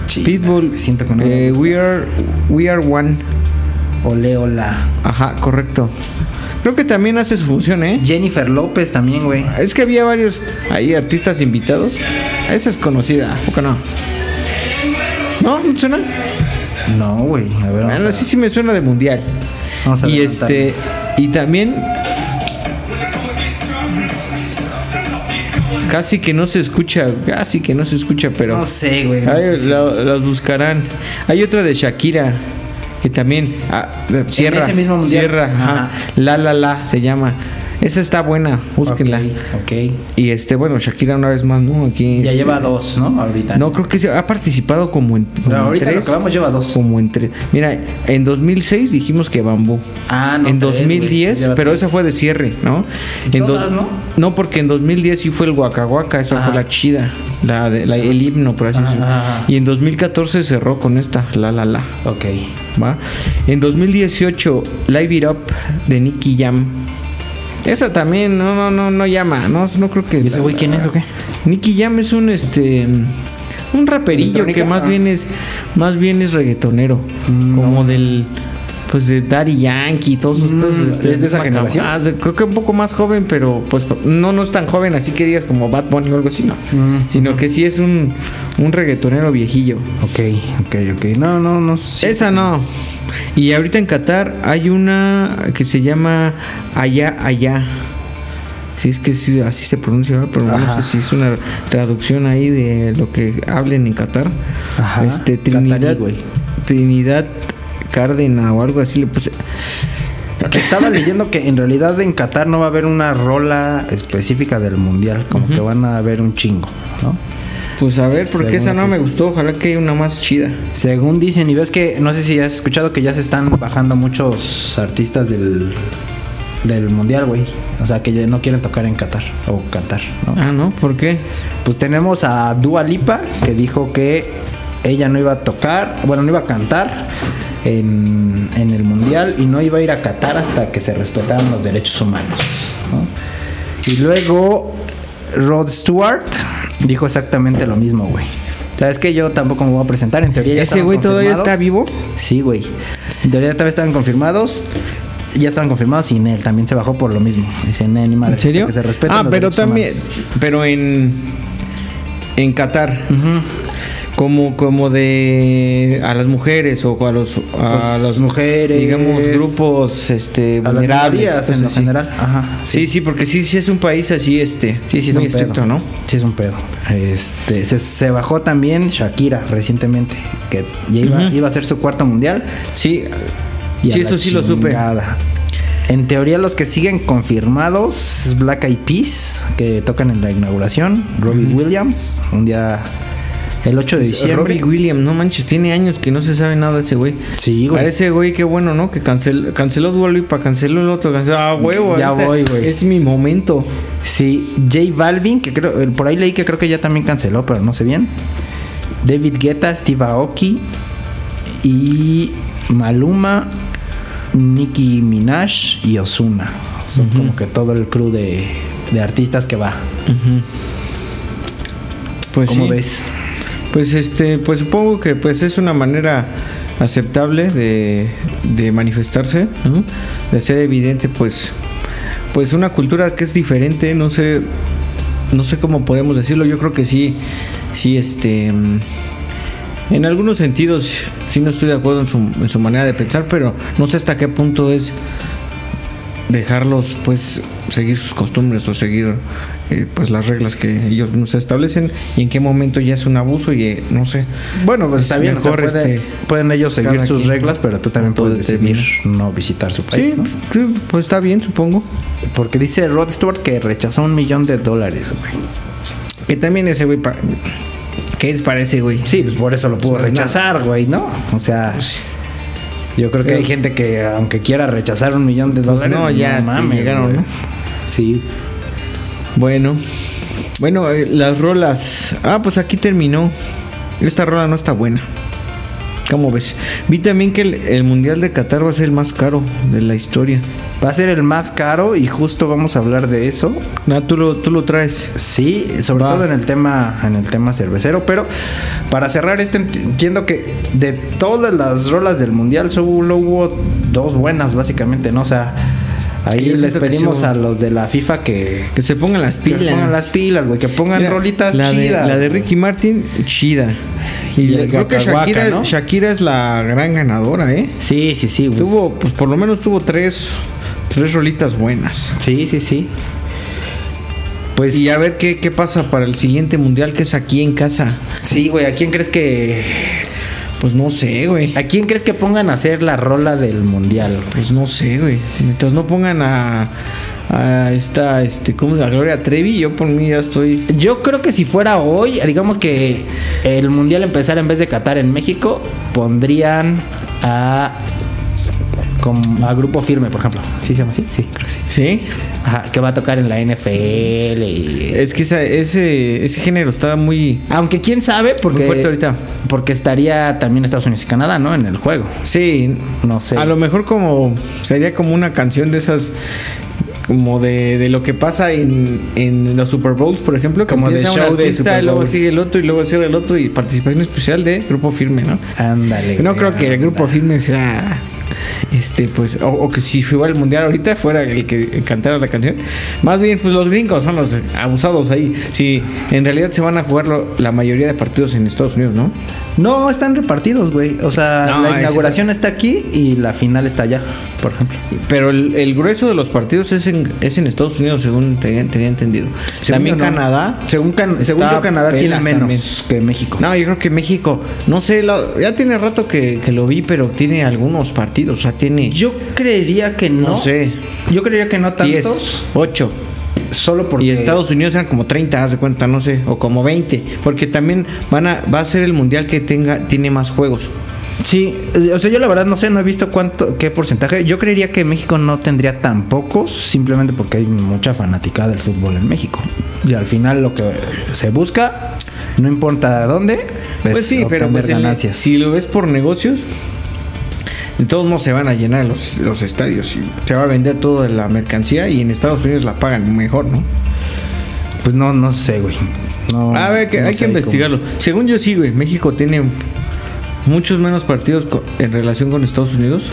S3: China,
S4: Pitbull,
S3: güey, Siento que no.
S4: eh,
S3: me gusta.
S4: we, are, we Are One.
S3: Ole, hola.
S4: Ajá, correcto. Creo que también hace su función, ¿eh?
S3: Jennifer López también, güey.
S4: Es que había varios ahí artistas invitados. Esa es conocida, ¿a poco no? ¿No? ¿No te suena?
S3: No, güey. A ver, vamos
S4: Bueno,
S3: a-
S4: Ah, sí, sí me suena de mundial.
S3: Vamos a
S4: y
S3: adelantarle.
S4: este, y también. Casi que no se escucha, casi que no se escucha, pero.
S3: No sé, güey. no
S4: Ahí
S3: sé si-
S4: lo- los buscarán. Hay otra de Shakira que también ah, de- cierra.
S3: ese mismo mundial.
S4: Cierra, ajá.
S3: Ajá.
S4: La la la se llama. Esa está buena, búsquenla.
S3: Ok. okay.
S4: Y este, bueno, Shakira una vez más, ¿no? Aquí.
S3: Ya
S4: este,
S3: lleva dos, ¿no? Ahorita.
S4: No, creo que sí, ha participado como en, como
S3: Pero
S4: en
S3: ahorita lo
S4: tres.
S3: acabamos, lleva dos.
S4: Como en tres. Mira, en 2006 dijimos que Bambú.
S3: Ah, tres,
S4: en
S3: güey,
S4: 2010,
S3: lleva
S4: pero
S3: tres.
S4: esa fue de cierre, ¿no?
S3: Y
S4: En
S3: todas, ¿no?
S4: porque en 2010 sí fue el Huacahuaca, esa
S3: Ajá.
S4: fue la chida, la de- la- el himno, por así
S3: Ajá,
S4: decirlo.
S3: ajá.
S4: Y en 2014 cerró con esta, la la la,
S3: Ok.
S4: ¿va? En 2018, Live It Up de Nicky Jam. Esa también, no, no, no, no llama, no, no creo que.
S3: ¿Y ese güey quién es o qué?
S4: Nicky Jam es un este un raperillo
S3: ¿Electrónica?
S4: que más
S3: Ah.
S4: bien es más bien es reggaetonero,
S3: Mm,
S4: como del pues de Daddy Yankee y todos esos
S3: Mm,
S4: pedos, este,
S3: ¿es de esa
S4: Maca-
S3: generación?
S4: Ah, de- creo que un poco más joven, pero pues no no es tan joven, así que digas como Bad Bunny o algo así, no.
S3: Mm.
S4: Sino que sí es un un reggaetonero viejillo.
S3: Ok, ok, ok. No, no, no. sé.
S4: Esa no. Y ahorita en Qatar hay una que se llama Allá, Allá. Si es que sí, así se pronuncia, ¿verdad? pero
S3: Ajá.
S4: no sé si es una traducción ahí de lo que hablen en Qatar.
S3: Ajá.
S4: Este,
S3: Catarí,
S4: Trinidad,
S3: güey.
S4: Trinidad Cárdena o algo así le puse.
S3: Estaba leyendo que en realidad en Qatar no va a haber una rola específica del mundial, como que van a haber un chingo, ¿no?
S4: Pues a ver, porque
S3: Según
S4: esa no
S3: que
S4: me
S3: sí.
S4: gustó. Ojalá que haya una más chida.
S3: Según dicen, y ves que no sé si has escuchado que ya se están bajando muchos artistas del del mundial, güey. O sea, que ya no quieren tocar en Qatar o Qatar, ¿no?
S4: Ah, ¿no? ¿Por qué?
S3: Pues tenemos a Dua Lipa que dijo que ella no iba a tocar, bueno, no iba a cantar en, en el mundial y no iba a ir a Qatar hasta que se respetaran los derechos humanos. ¿no? Y luego Rod Stewart dijo exactamente lo mismo, güey. ¿Sabes que Yo tampoco me voy a presentar, en teoría ya
S4: ¿Ese
S3: estaban
S4: güey todavía
S3: confirmados.
S4: está vivo?
S3: Sí, güey. En teoría todavía estaban confirmados. Ya estaban confirmados y Nel también se bajó por lo mismo. Dice Nel, ni madre.
S4: ¿En serio?
S3: Que se respeten
S4: ah,
S3: los
S4: pero
S3: derechos
S4: también,
S3: humanos".
S4: pero en en Qatar,
S3: Ujú.
S4: como como de a las mujeres o a los a
S3: Pues,
S4: las
S3: mujeres,
S4: digamos grupos este
S3: A las
S4: vulnerables,
S3: minorías pues, en
S4: cosas
S3: lo
S4: así.
S3: general. Ajá.
S4: Sí, sí, porque sí, sí es un país así, este,
S3: Sí, sí, es
S4: muy
S3: un pedo.
S4: estricto, ¿no?
S3: Sí, es un pedo. Este, se, se bajó también Shakira recientemente, que ya iba,
S4: Ujú.
S3: iba a ser su cuarto mundial.
S4: Sí,
S3: y a
S4: sí,
S3: la
S4: eso sí lo supe.
S3: chingada. En teoría, los que siguen confirmados es Black Eyed Peas, que tocan en la inauguración. Robbie
S4: Ujú.
S3: Williams, un día el 8 de diciembre.
S4: Robbie Williams, no manches, tiene años que no se sabe nada de ese güey.
S3: Sí, güey.
S4: Parece güey, qué bueno, ¿no? Que cancel, canceló Dualipa, canceló el otro, canceló. Ah, huevo,
S3: Ya
S4: ahorita
S3: voy, güey.
S4: Es mi momento.
S3: Sí, J Balvin, que creo, eh, por ahí leí que creo que ya también canceló, pero no sé bien. David Guetta, Steve Aoki y Maluma, Nicki Minaj y Ozuna. Son como que todo el crew de, de artistas que va.
S4: Pues
S3: ¿Cómo
S4: sí.
S3: ves?
S4: Pues este, pues supongo que pues es una manera aceptable de, de manifestarse, ¿no? de ser evidente, pues, pues una cultura que es diferente, no sé, no sé cómo podemos decirlo. Yo creo que sí, sí, este, mm, en algunos sentidos sí no estoy de acuerdo en su, en su manera de pensar, pero no sé hasta qué punto es dejarlos pues seguir sus costumbres o seguir eh, pues las reglas que ellos nos establecen y en qué momento ya es un abuso y eh, no sé
S3: Bueno, pues
S4: Es
S3: está bien. o sea,
S4: mejor,
S3: puede-
S4: este,
S3: pueden ellos seguir
S4: cada
S3: sus
S4: quien.
S3: reglas, pero tú también
S4: Todo
S3: puedes decidir
S4: determina.
S3: no visitar su país.
S4: sí
S3: ¿no?
S4: sí, pues está bien supongo
S3: Porque dice Rod Stewart que rechazó un millón de dólares, güey.
S4: que también ese güey pa- qué es para ese güey
S3: Sí, pues por eso lo pudo
S4: Pues nada.
S3: rechazar, güey, ¿no? O sea, yo creo que hay gente que aunque quiera rechazar un millón de dólares,
S4: Pues, no, ya te llegaron,
S3: güey.
S4: ¿no?
S3: Sí.
S4: bueno bueno eh, las rolas ah pues aquí terminó esta rola no está buena ¿Cómo ves? Vi también que el, el Mundial de Qatar va a ser el más caro de la historia.
S3: Va a ser el más caro y justo vamos a hablar de eso.
S4: Ah, tú lo, tú lo traes.
S3: Sí, sobre
S4: Va.
S3: todo en el tema en el tema cervecero, pero para cerrar este enti- entiendo que de todas las rolas del mundial solo hubo dos buenas básicamente, ¿no? O sea, ahí
S4: Yo
S3: les
S4: siento que sí
S3: pedimos
S4: hubo.
S3: a los de la FIFA que,
S4: Que se pongan las
S3: que
S4: pilas.
S3: pongan las pilas, güey, que pongan
S4: Mira,
S3: rolitas
S4: la
S3: chidas.
S4: De, la de
S3: güey.
S4: Ricky Martin, chida. Y,
S3: Y
S4: la-
S3: el
S4: creo que
S3: Guacahuaca,
S4: Shakira,
S3: ¿no?
S4: Shakira es la gran ganadora, ¿eh?
S3: Sí, sí, sí, güey.
S4: Tuvo, pues por lo menos tuvo tres, tres rolitas buenas.
S3: Sí, sí, sí. Pues
S4: Y a ver qué, qué pasa para el siguiente mundial que es aquí en casa.
S3: sí, güey, ¿a quién crees que
S4: Pues no sé, güey.
S3: a quién crees que pongan a hacer la rola del mundial? güey?
S4: Pues no sé, güey. Mientras no pongan a, a esta, este, ¿cómo? A Gloria Trevi, yo por mí ya estoy.
S3: Yo creo que si fuera hoy, digamos que el mundial empezara en vez de Qatar en México, pondrían a con- a grupo firme, por ejemplo. ¿Sí se llama así? Sí, creo que sí.
S4: ¿Sí?
S3: Ajá, que va a tocar en la NFL y
S4: Es que esa- ese, ese género está muy,
S3: aunque quién sabe porque
S4: muy fuerte ahorita.
S3: porque estaría también Estados Unidos y Canadá, ¿no? En el juego.
S4: Sí,
S3: No sé.
S4: A lo mejor como sería como una canción de esas como de, de lo que pasa en, en los Super Bowls, por ejemplo, que
S3: Como de
S4: empieza un
S3: show de
S4: artista
S3: Super
S4: y luego
S3: Bowl.
S4: sigue el otro y luego cierra el otro y participación especial de Grupo Firme, ¿no?
S3: Ándale.
S4: No
S3: güey,
S4: creo que el Grupo
S3: ándale.
S4: Firme sea este pues o, o que si fuera el mundial ahorita fuera el que cantara la canción. Más bien pues los gringos son los abusados ahí. Si en realidad se van a jugar lo- la mayoría de partidos en Estados Unidos, ¿no?
S3: No, están repartidos, güey. O sea,
S4: No,
S3: la
S4: ahí
S3: inauguración está aquí y la final está allá, por ejemplo.
S4: Pero el, el grueso de los partidos es en, es en Estados Unidos, según tenía, tenía entendido. también
S3: yo no.
S4: Canadá.
S3: Según, Can- según
S4: está
S3: yo, Canadá tiene
S4: pelas
S3: menos
S4: también.
S3: que México.
S4: No, yo creo que México, no sé, lo- ya tiene rato que, que lo vi, pero tiene algunos partidos, o sea, tiene,
S3: Yo creería que no.
S4: no sé,
S3: Yo creería que no
S4: 10,
S3: tantos.
S4: 8.
S3: Solo porque.
S4: Y Estados Unidos eran como 30, haz de cuenta, no sé, o como 20, porque también van a, va a ser el mundial que tenga, tiene más juegos.
S3: Sí, eh, o sea, yo la verdad no sé, no he visto cuánto, qué porcentaje. Yo creería que México no tendría tan pocos, simplemente porque hay mucha fanaticada del fútbol en México. Y al final lo que se busca No importa dónde,
S4: Pues, sí, pero
S3: obtener
S4: pues, el-
S3: ganancias.
S4: si lo ves por negocios, de todos modos se van a llenar los, los estadios. y se va a vender toda la mercancía y en Estados Unidos la pagan mejor, ¿no?
S3: Pues no, no sé, güey. No,
S4: a ver, que
S3: no
S4: hay
S3: sé
S4: que
S3: cómo-
S4: investigarlo. Según yo sí, güey. México tiene muchos menos partidos co- en relación con Estados Unidos.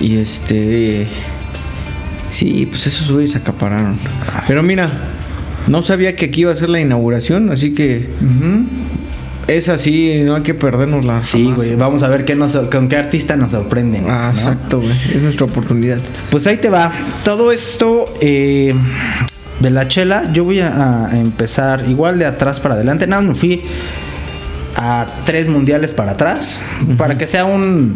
S4: Y este... Sí, pues esos güeyes se acapararon. Pero mira, no sabía que aquí iba a ser la inauguración, así que... Es así, no hay que perdernosla.
S3: Sí,
S4: jamás.
S3: güey. Vamos a ver qué nos, con qué artista nos sorprenden.
S4: Ah,
S3: ¿no?
S4: exacto, güey. Es nuestra oportunidad.
S3: Pues ahí te va. Todo esto eh, de la chela, yo voy a, a empezar igual de atrás para adelante. Nada, me fui a tres mundiales para atrás para que sea un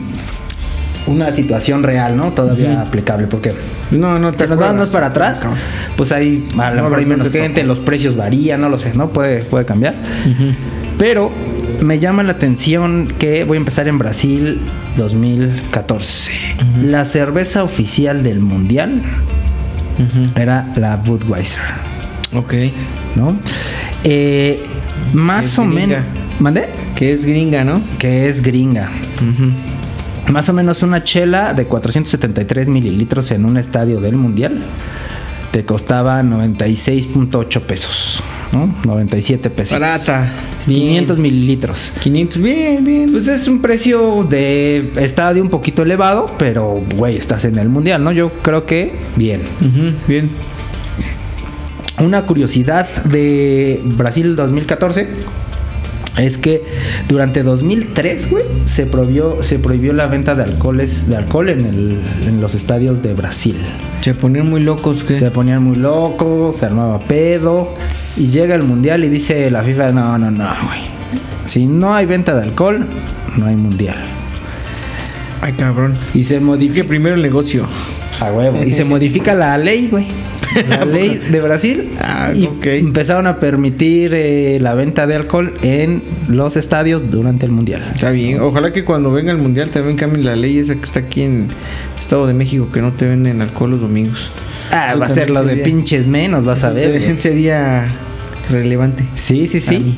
S3: una situación real, ¿no? Todavía aplicable, porque
S4: No, no te
S3: si nos
S4: acuerdas.
S3: vamos para atrás,
S4: Cabrón.
S3: pues hay a lo
S4: No,
S3: mejor hay
S4: no
S3: menos
S4: te tocó.
S3: gente, los precios varían, no lo sé, no puede puede cambiar. Pero me llama la atención que voy a empezar en Brasil 2014. La cerveza oficial del mundial era la Budweiser,
S4: Ok.
S3: ¿no? Eh, más
S4: Es
S3: o
S4: gringa.
S3: menos. ¿Mandé?
S4: Que es gringa, ¿no?
S3: Que es gringa. Más o menos una chela de 473 mililitros en un estadio del mundial te costaba 96.8 pesos, ¿no? 97 pesos.
S4: Barata.
S3: 500 mililitros.
S4: 500, bien, bien.
S3: Pues es un precio de estadio un poquito elevado, pero güey, estás en el mundial, ¿no? Yo creo que bien.
S4: Ujú, Bien.
S3: Una curiosidad de Brasil 2014 es que durante 2003, güey, se prohibió, se prohibió la venta de alcoholes, de alcohol en, el- en los estadios de Brasil.
S4: Se ponían muy locos, ¿qué?
S3: Se ponían muy locos, se armaba pedo y llega el mundial y dice la FIFA, no, no, no, güey. Si no hay venta de alcohol, no hay mundial.
S4: Ay, cabrón.
S3: Y se
S4: Dije
S3: modifica
S4: que primero el negocio.
S3: A huevo. Y se modifica la ley, güey. La ley de Brasil.
S4: Ah,
S3: y
S4: ok.
S3: Empezaron a permitir eh, la venta de alcohol en los estadios durante el mundial.
S4: Está bien. Ojalá que cuando venga el mundial también cambien la ley esa que está aquí en Estado de México, que no te venden alcohol los domingos.
S3: Ah,
S4: Eso
S3: va a ser
S4: también
S3: lo de
S4: sería-
S3: pinches menos, vas a
S4: Eso
S3: ver.
S4: también
S3: güey.
S4: sería relevante.
S3: Sí, sí,
S4: A
S3: sí.
S4: mí.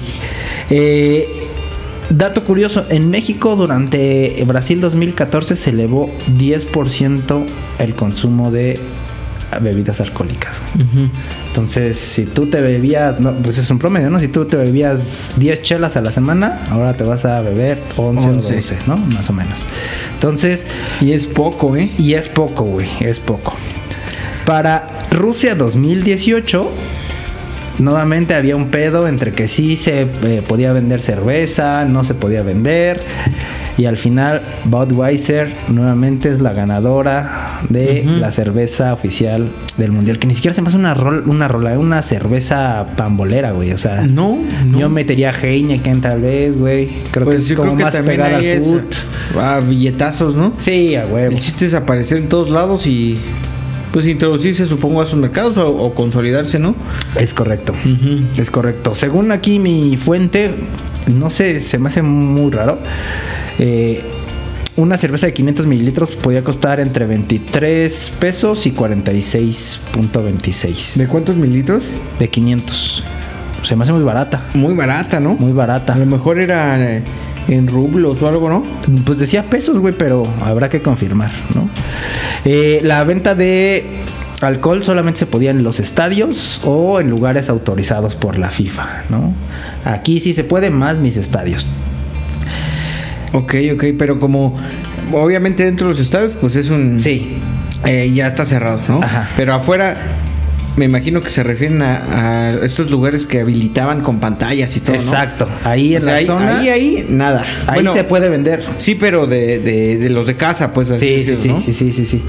S3: Eh, dato curioso, en México durante Brasil 2014 se elevó 10% el consumo de bebidas alcohólicas. güey. Entonces, si tú te bebías, no, pues es un promedio, ¿no? Si tú te bebías 10 chelas a la semana, ahora te vas a beber 11,
S4: Once.
S3: o 12, ¿no? Más o menos. Entonces,
S4: Y es poco, ¿eh?
S3: y es poco, güey, es poco. Para Rusia 2018, nuevamente había un pedo entre que sí se eh, podía vender cerveza, no se podía vender. Y al final, Budweiser nuevamente es la ganadora de
S4: Ujú.
S3: la cerveza oficial del mundial. Que ni siquiera se me hace una, rol, una rola, una cerveza pambolera, güey. O sea,
S4: No, no.
S3: yo metería Heineken tal vez, güey. Creo
S4: Pues
S3: que
S4: yo
S3: es como
S4: creo que
S3: más
S4: también
S3: pegada al
S4: ahí es
S3: foot.
S4: a billetazos, ¿no?
S3: Sí, a huevo.
S4: El chiste es aparecer en todos lados y pues introducirse, supongo, a sus mercados o, o consolidarse, ¿no?
S3: Es correcto. Es correcto. Según aquí mi fuente, no sé, se me hace muy raro. eh, una cerveza de 500 mililitros podía costar entre 23 pesos y 46.26.
S4: ¿De cuántos mililitros?
S3: De 500. Se me hace muy barata.
S4: Muy barata, ¿no?
S3: Muy
S4: a
S3: barata.
S4: lo mejor era eh, en rublos o algo, ¿no?
S3: Pues decía pesos, güey, pero habrá que confirmar, ¿no? Eh, la venta de alcohol solamente se podía en los estadios o en lugares autorizados por la FIFA, ¿no? Aquí sí se puede, más mis estadios.
S4: Ok, ok, pero como obviamente dentro de los estadios, pues es un...
S3: Sí.
S4: Eh, ya está cerrado, ¿no?
S3: Ajá.
S4: Pero afuera... Me imagino que se refieren a, a estos lugares que habilitaban con pantallas y todo, ¿no?
S3: Exacto. Ahí
S4: O
S3: en
S4: sea,
S3: la
S4: ahí,
S3: zona.
S4: ahí,
S3: Ahí,
S4: ahí, nada. Bueno,
S3: se puede vender.
S4: Sí, pero de, de- de los de casa, pues. así
S3: Sí, sí,
S4: decirlo,
S3: sí, sí,
S4: ¿no?
S3: sí, sí, sí.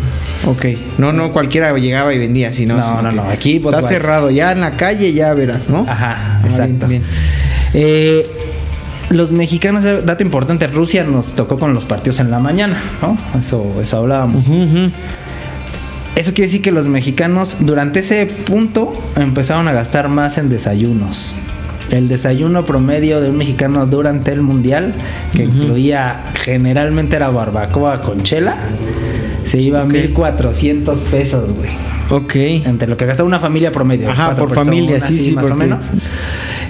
S4: Ok. No, no, cualquiera llegaba y vendía, sino.
S3: No, no, no, aquí
S4: está
S3: Budweiser.
S4: cerrado, ya en la calle ya verás, ¿no?
S3: Ajá,
S4: Ah,
S3: exacto.
S4: bien, bien.
S3: Eh, los mexicanos, eh, dato importante, Rusia nos tocó con los partidos en la mañana, ¿no? Eso, eso hablábamos. Eso quiere decir que los mexicanos durante ese punto empezaron a gastar más en desayunos. El desayuno promedio de un mexicano durante el mundial, que incluía generalmente era barbacoa con chela, Se iba
S4: Ok.
S3: 1400 pesos, güey.
S4: Ok.
S3: Entre lo que gastaba una familia promedio.
S4: Ajá,
S3: cuatro
S4: por familia, sí, sí,
S3: más o
S4: porque-
S3: menos.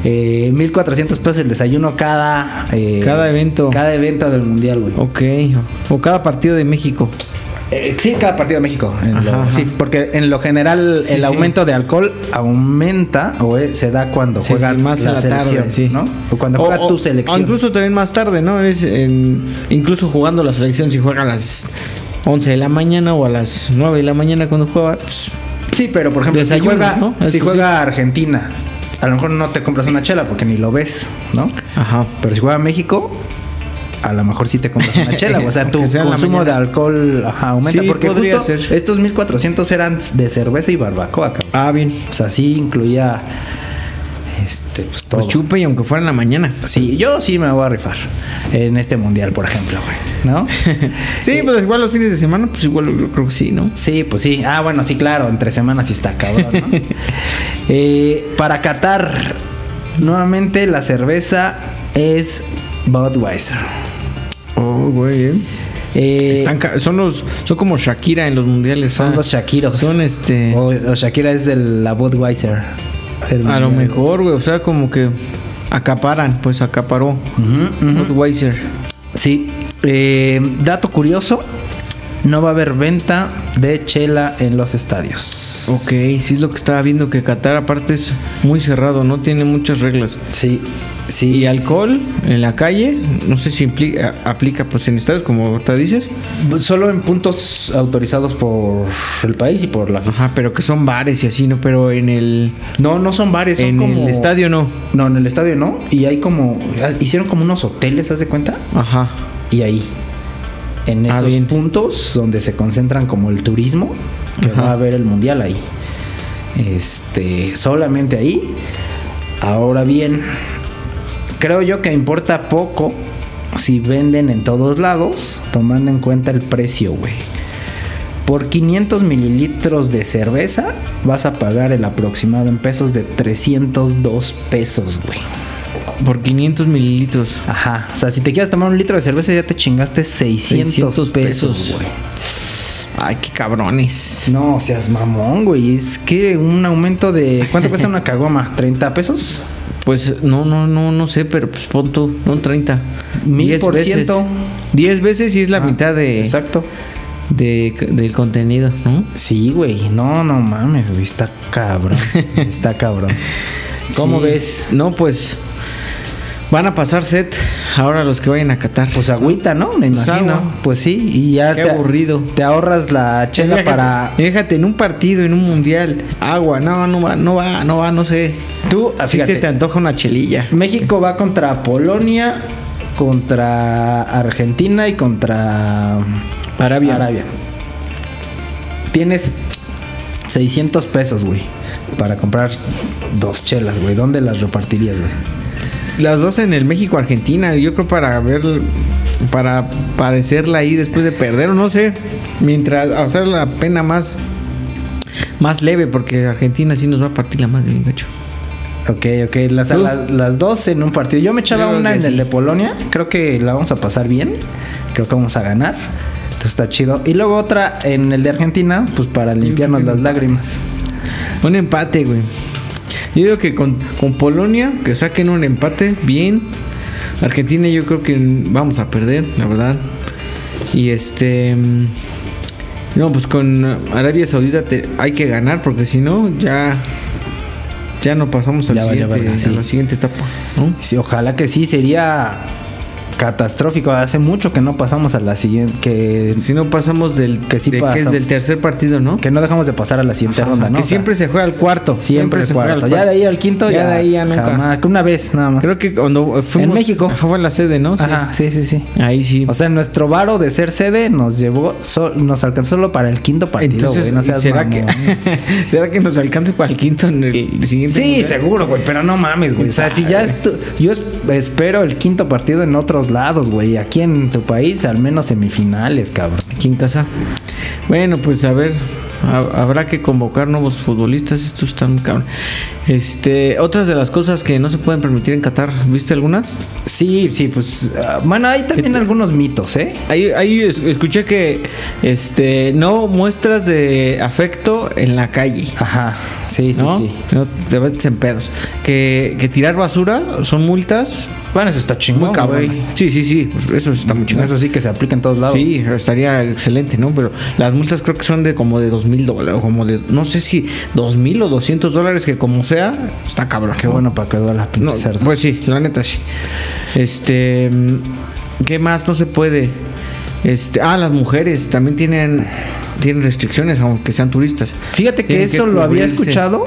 S3: Eh, 1400 pesos el desayuno cada. eh,
S4: Cada evento.
S3: Cada evento del mundial, güey.
S4: Ok. O cada partido de México.
S3: Eh, sí, cada partido de México. en
S4: Ajá,
S3: lo-
S4: ajá.
S3: Sí, porque en lo general
S4: Sí,
S3: el
S4: sí.
S3: aumento de alcohol aumenta o eh, se da cuando
S4: Sí,
S3: juega
S4: sí, más
S3: la,
S4: a la
S3: selección,
S4: tarde, sí.
S3: ¿no? O cuando juega tu selección.
S4: o incluso también más tarde, ¿no? Es en- incluso jugando la selección, si juega a las 11 de la mañana o a las 9 de la mañana cuando juega, pues,
S3: Sí, pero por ejemplo, si
S4: Desayunos,
S3: juega,
S4: ¿no?
S3: si
S4: Eso
S3: juega Argentina, a lo mejor no te compras una chela porque ni lo ves, ¿no?
S4: ajá.
S3: Pero si juega México, a lo mejor sí te compras una chela. O sea, tu
S4: Aunque sea en la
S3: consumo de
S4: mañana.
S3: alcohol ajá, aumenta.
S4: Sí,
S3: porque
S4: podría
S3: justo
S4: ser.
S3: estos 1400 eran de cerveza y barbacoa, cabrón.
S4: Ah, bien.
S3: O sea, sí incluía este, pues todo.
S4: Pues chupe y aunque fuera en la mañana.
S3: Sí, yo sí me voy a rifar en este mundial, por ejemplo, güey, ¿no?
S4: Sí, pues igual los fines de semana, pues igual yo creo que sí, ¿no?
S3: Sí, pues sí. Ah, bueno, sí, claro, entre semanas sí está cabrón, ¿no? Eh, para Qatar, nuevamente la cerveza es Budweiser.
S4: Oh, güey. eh.
S3: Eh,
S4: Están ca- son los son como Shakira en los mundiales.
S3: son
S4: ah.
S3: los Shakiros. Oh,
S4: Son este
S3: O, o Shakira es de la Budweiser. del
S4: a lo
S3: mundial.
S4: mejor, güey, o sea, como que acaparan, pues acaparó.
S3: Ujú, ujú.
S4: Budweiser.
S3: Sí. Eh, dato curioso: no va a haber venta de chela en los estadios.
S4: Ok, sí es lo que estaba viendo que Qatar aparte es muy cerrado, no tiene muchas reglas.
S3: Sí, sí.
S4: Y
S3: sí,
S4: alcohol en la calle, no sé si implica- aplica pues en estados como ahorita dices.
S3: sí. Solo en puntos autorizados por el país y por la FIFA.
S4: Ajá, pero que son bares y así, ¿no? Pero en el
S3: No, no son bares, son
S4: en
S3: como-
S4: el estadio no.
S3: No, en el estadio no. Y hay como. ah, Hicieron como unos hoteles, ¿haz de cuenta?
S4: Ajá.
S3: Y ahí. En
S4: Ah,
S3: esos
S4: bien.
S3: puntos donde se concentran como el turismo, que
S4: Ajá.
S3: va a ver el mundial ahí. Este, solamente ahí. Ahora bien, creo yo que importa poco si venden en todos lados, tomando en cuenta el precio, güey. Por 500 mililitros de cerveza vas a pagar el aproximado en pesos de 302 pesos, güey.
S4: Por 500 mililitros.
S3: Ajá. O sea, si te quieres tomar un litro de cerveza, ya te chingaste 600, pesos,
S4: 600 pesos.
S3: güey.
S4: Ay, qué cabrones.
S3: No, seas mamón, güey. Es que un aumento de. ¿Cuánto cuesta una cagoma? ¿30 pesos?
S4: Pues no, no, no, no sé, pero pues pon tú, no 30.
S3: Mil
S4: 10
S3: por
S4: veces.
S3: ciento.
S4: 10 veces y es la
S3: Ah,
S4: mitad de,
S3: Exacto.
S4: de- del contenido, ¿no?
S3: Sí, güey. No, no mames, güey. Está cabrón. Está cabrón. ¿Cómo
S4: Sí.
S3: ves?
S4: No, pues van a pasar set ahora los que vayan a Qatar.
S3: Pues agüita, ¿no? Me
S4: Pues
S3: imagino.
S4: agua.
S3: Pues sí. Y ya
S4: Qué
S3: te,
S4: aburrido.
S3: te ahorras la chela
S4: Déjate-
S3: para.
S4: Déjate en un partido, en un mundial. Agua, no, no va, no va, no va, no sé.
S3: Tú,
S4: Así
S3: Ah, fíjate,
S4: se te antoja una chelilla.
S3: México va contra Polonia, contra Argentina y contra
S4: Arabia.
S3: Tienes 600 pesos, güey, para comprar dos chelas, güey. ¿Dónde las repartirías, güey?
S4: Las dos en el México-Argentina, yo creo para ver, para padecerla ahí después de perder, o no sé, mientras, o sea, la pena más, más leve, porque Argentina sí nos va a partir la madre, bien gacho.
S3: Ok, ok, las,
S4: ¿Tú?
S3: las, las dos en un partido. Yo me
S4: Yo
S3: echaba
S4: creo
S3: una
S4: que
S3: en el
S4: sí.
S3: de Polonia. Creo que la vamos a pasar bien. Creo que vamos a ganar. Entonces está chido. Y luego otra en el de Argentina, pues para limpiarnos
S4: que
S3: las
S4: empate.
S3: lágrimas.
S4: Un empate, güey. Yo digo que con, con Polonia, que saquen un empate, bien. Argentina yo creo que vamos a perder, la verdad. Y este... mm, No, pues con Arabia Saudita te- hay que ganar, porque si no, ya... Ya no pasamos al
S3: Ya valió
S4: siguiente-
S3: verga, sí.
S4: a la siguiente etapa, ¿no?
S3: Sí, ojalá que sí, sería catastrófico. Hace mucho que no pasamos a la siguiente, que,
S4: Si no pasamos del...
S3: Que sí
S4: de- es
S3: pasamos.
S4: del tercer partido, ¿no?
S3: que no dejamos de pasar a la siguiente
S4: Ajá,
S3: ronda, ¿no?
S4: que
S3: O sea,
S4: siempre se juega al cuarto.
S3: siempre,
S4: se
S3: cuarto.
S4: juega al
S3: Ya de ahí al quinto,
S4: Ya de ahí ya nunca.
S3: jamás, que una vez nada más.
S4: Creo que cuando fuimos...
S3: México.
S4: Ajá, fue en la sede, ¿no? Sí.
S3: Ajá, sí, sí, sí.
S4: Ahí sí.
S3: O sea, nuestro varo de ser sede nos llevó, sol- nos alcanzó solo para el quinto partido.
S4: Entonces,
S3: güey, no seas
S4: ¿será, que,
S3: mamón.
S4: ¿será que nos alcance para el quinto en el siguiente?
S3: Sí,
S4: mundial?
S3: seguro, güey, pero no mames, güey. O sea, si ya estu- yo es- espero el quinto partido en otros lados, güey. Aquí en tu país, al menos semifinales, cabrón.
S4: Aquí en casa. Bueno, pues a ver. ha- habrá que convocar nuevos futbolistas. Estos están cabrón. Este, otras de las cosas que no se pueden permitir en Qatar, ¿viste algunas?
S3: Sí, sí, pues. ah, bueno, hay también algunos mitos, ¿eh?
S4: Ahí, ahí es- escuché que este no muestras de afecto en la calle.
S3: Ajá. Ah, Sí, sí,
S4: ¿no?
S3: sí.
S4: No te metes en pedos. Que, que tirar basura son multas.
S3: Bueno, eso está chingón.
S4: Muy cabrón.
S3: güey.
S4: Sí, sí, sí. Eso está muy chingón.
S3: Eso sí que se aplica en todos lados.
S4: Sí, estaría excelente, ¿no? Pero las multas creo que son de como de dos mil dólares, como de, no sé si dos mil o doscientos dólares, que como sea, está cabrón.
S3: Qué bueno para que duela la pinche
S4: No,
S3: cerda.
S4: pues sí, la neta sí. Este, mm, ¿qué más no se puede? Este, ah, las mujeres también tienen tienen restricciones, aunque sean turistas.
S3: Fíjate que
S4: Tienen
S3: eso lo había
S4: cubrirse
S3: escuchado,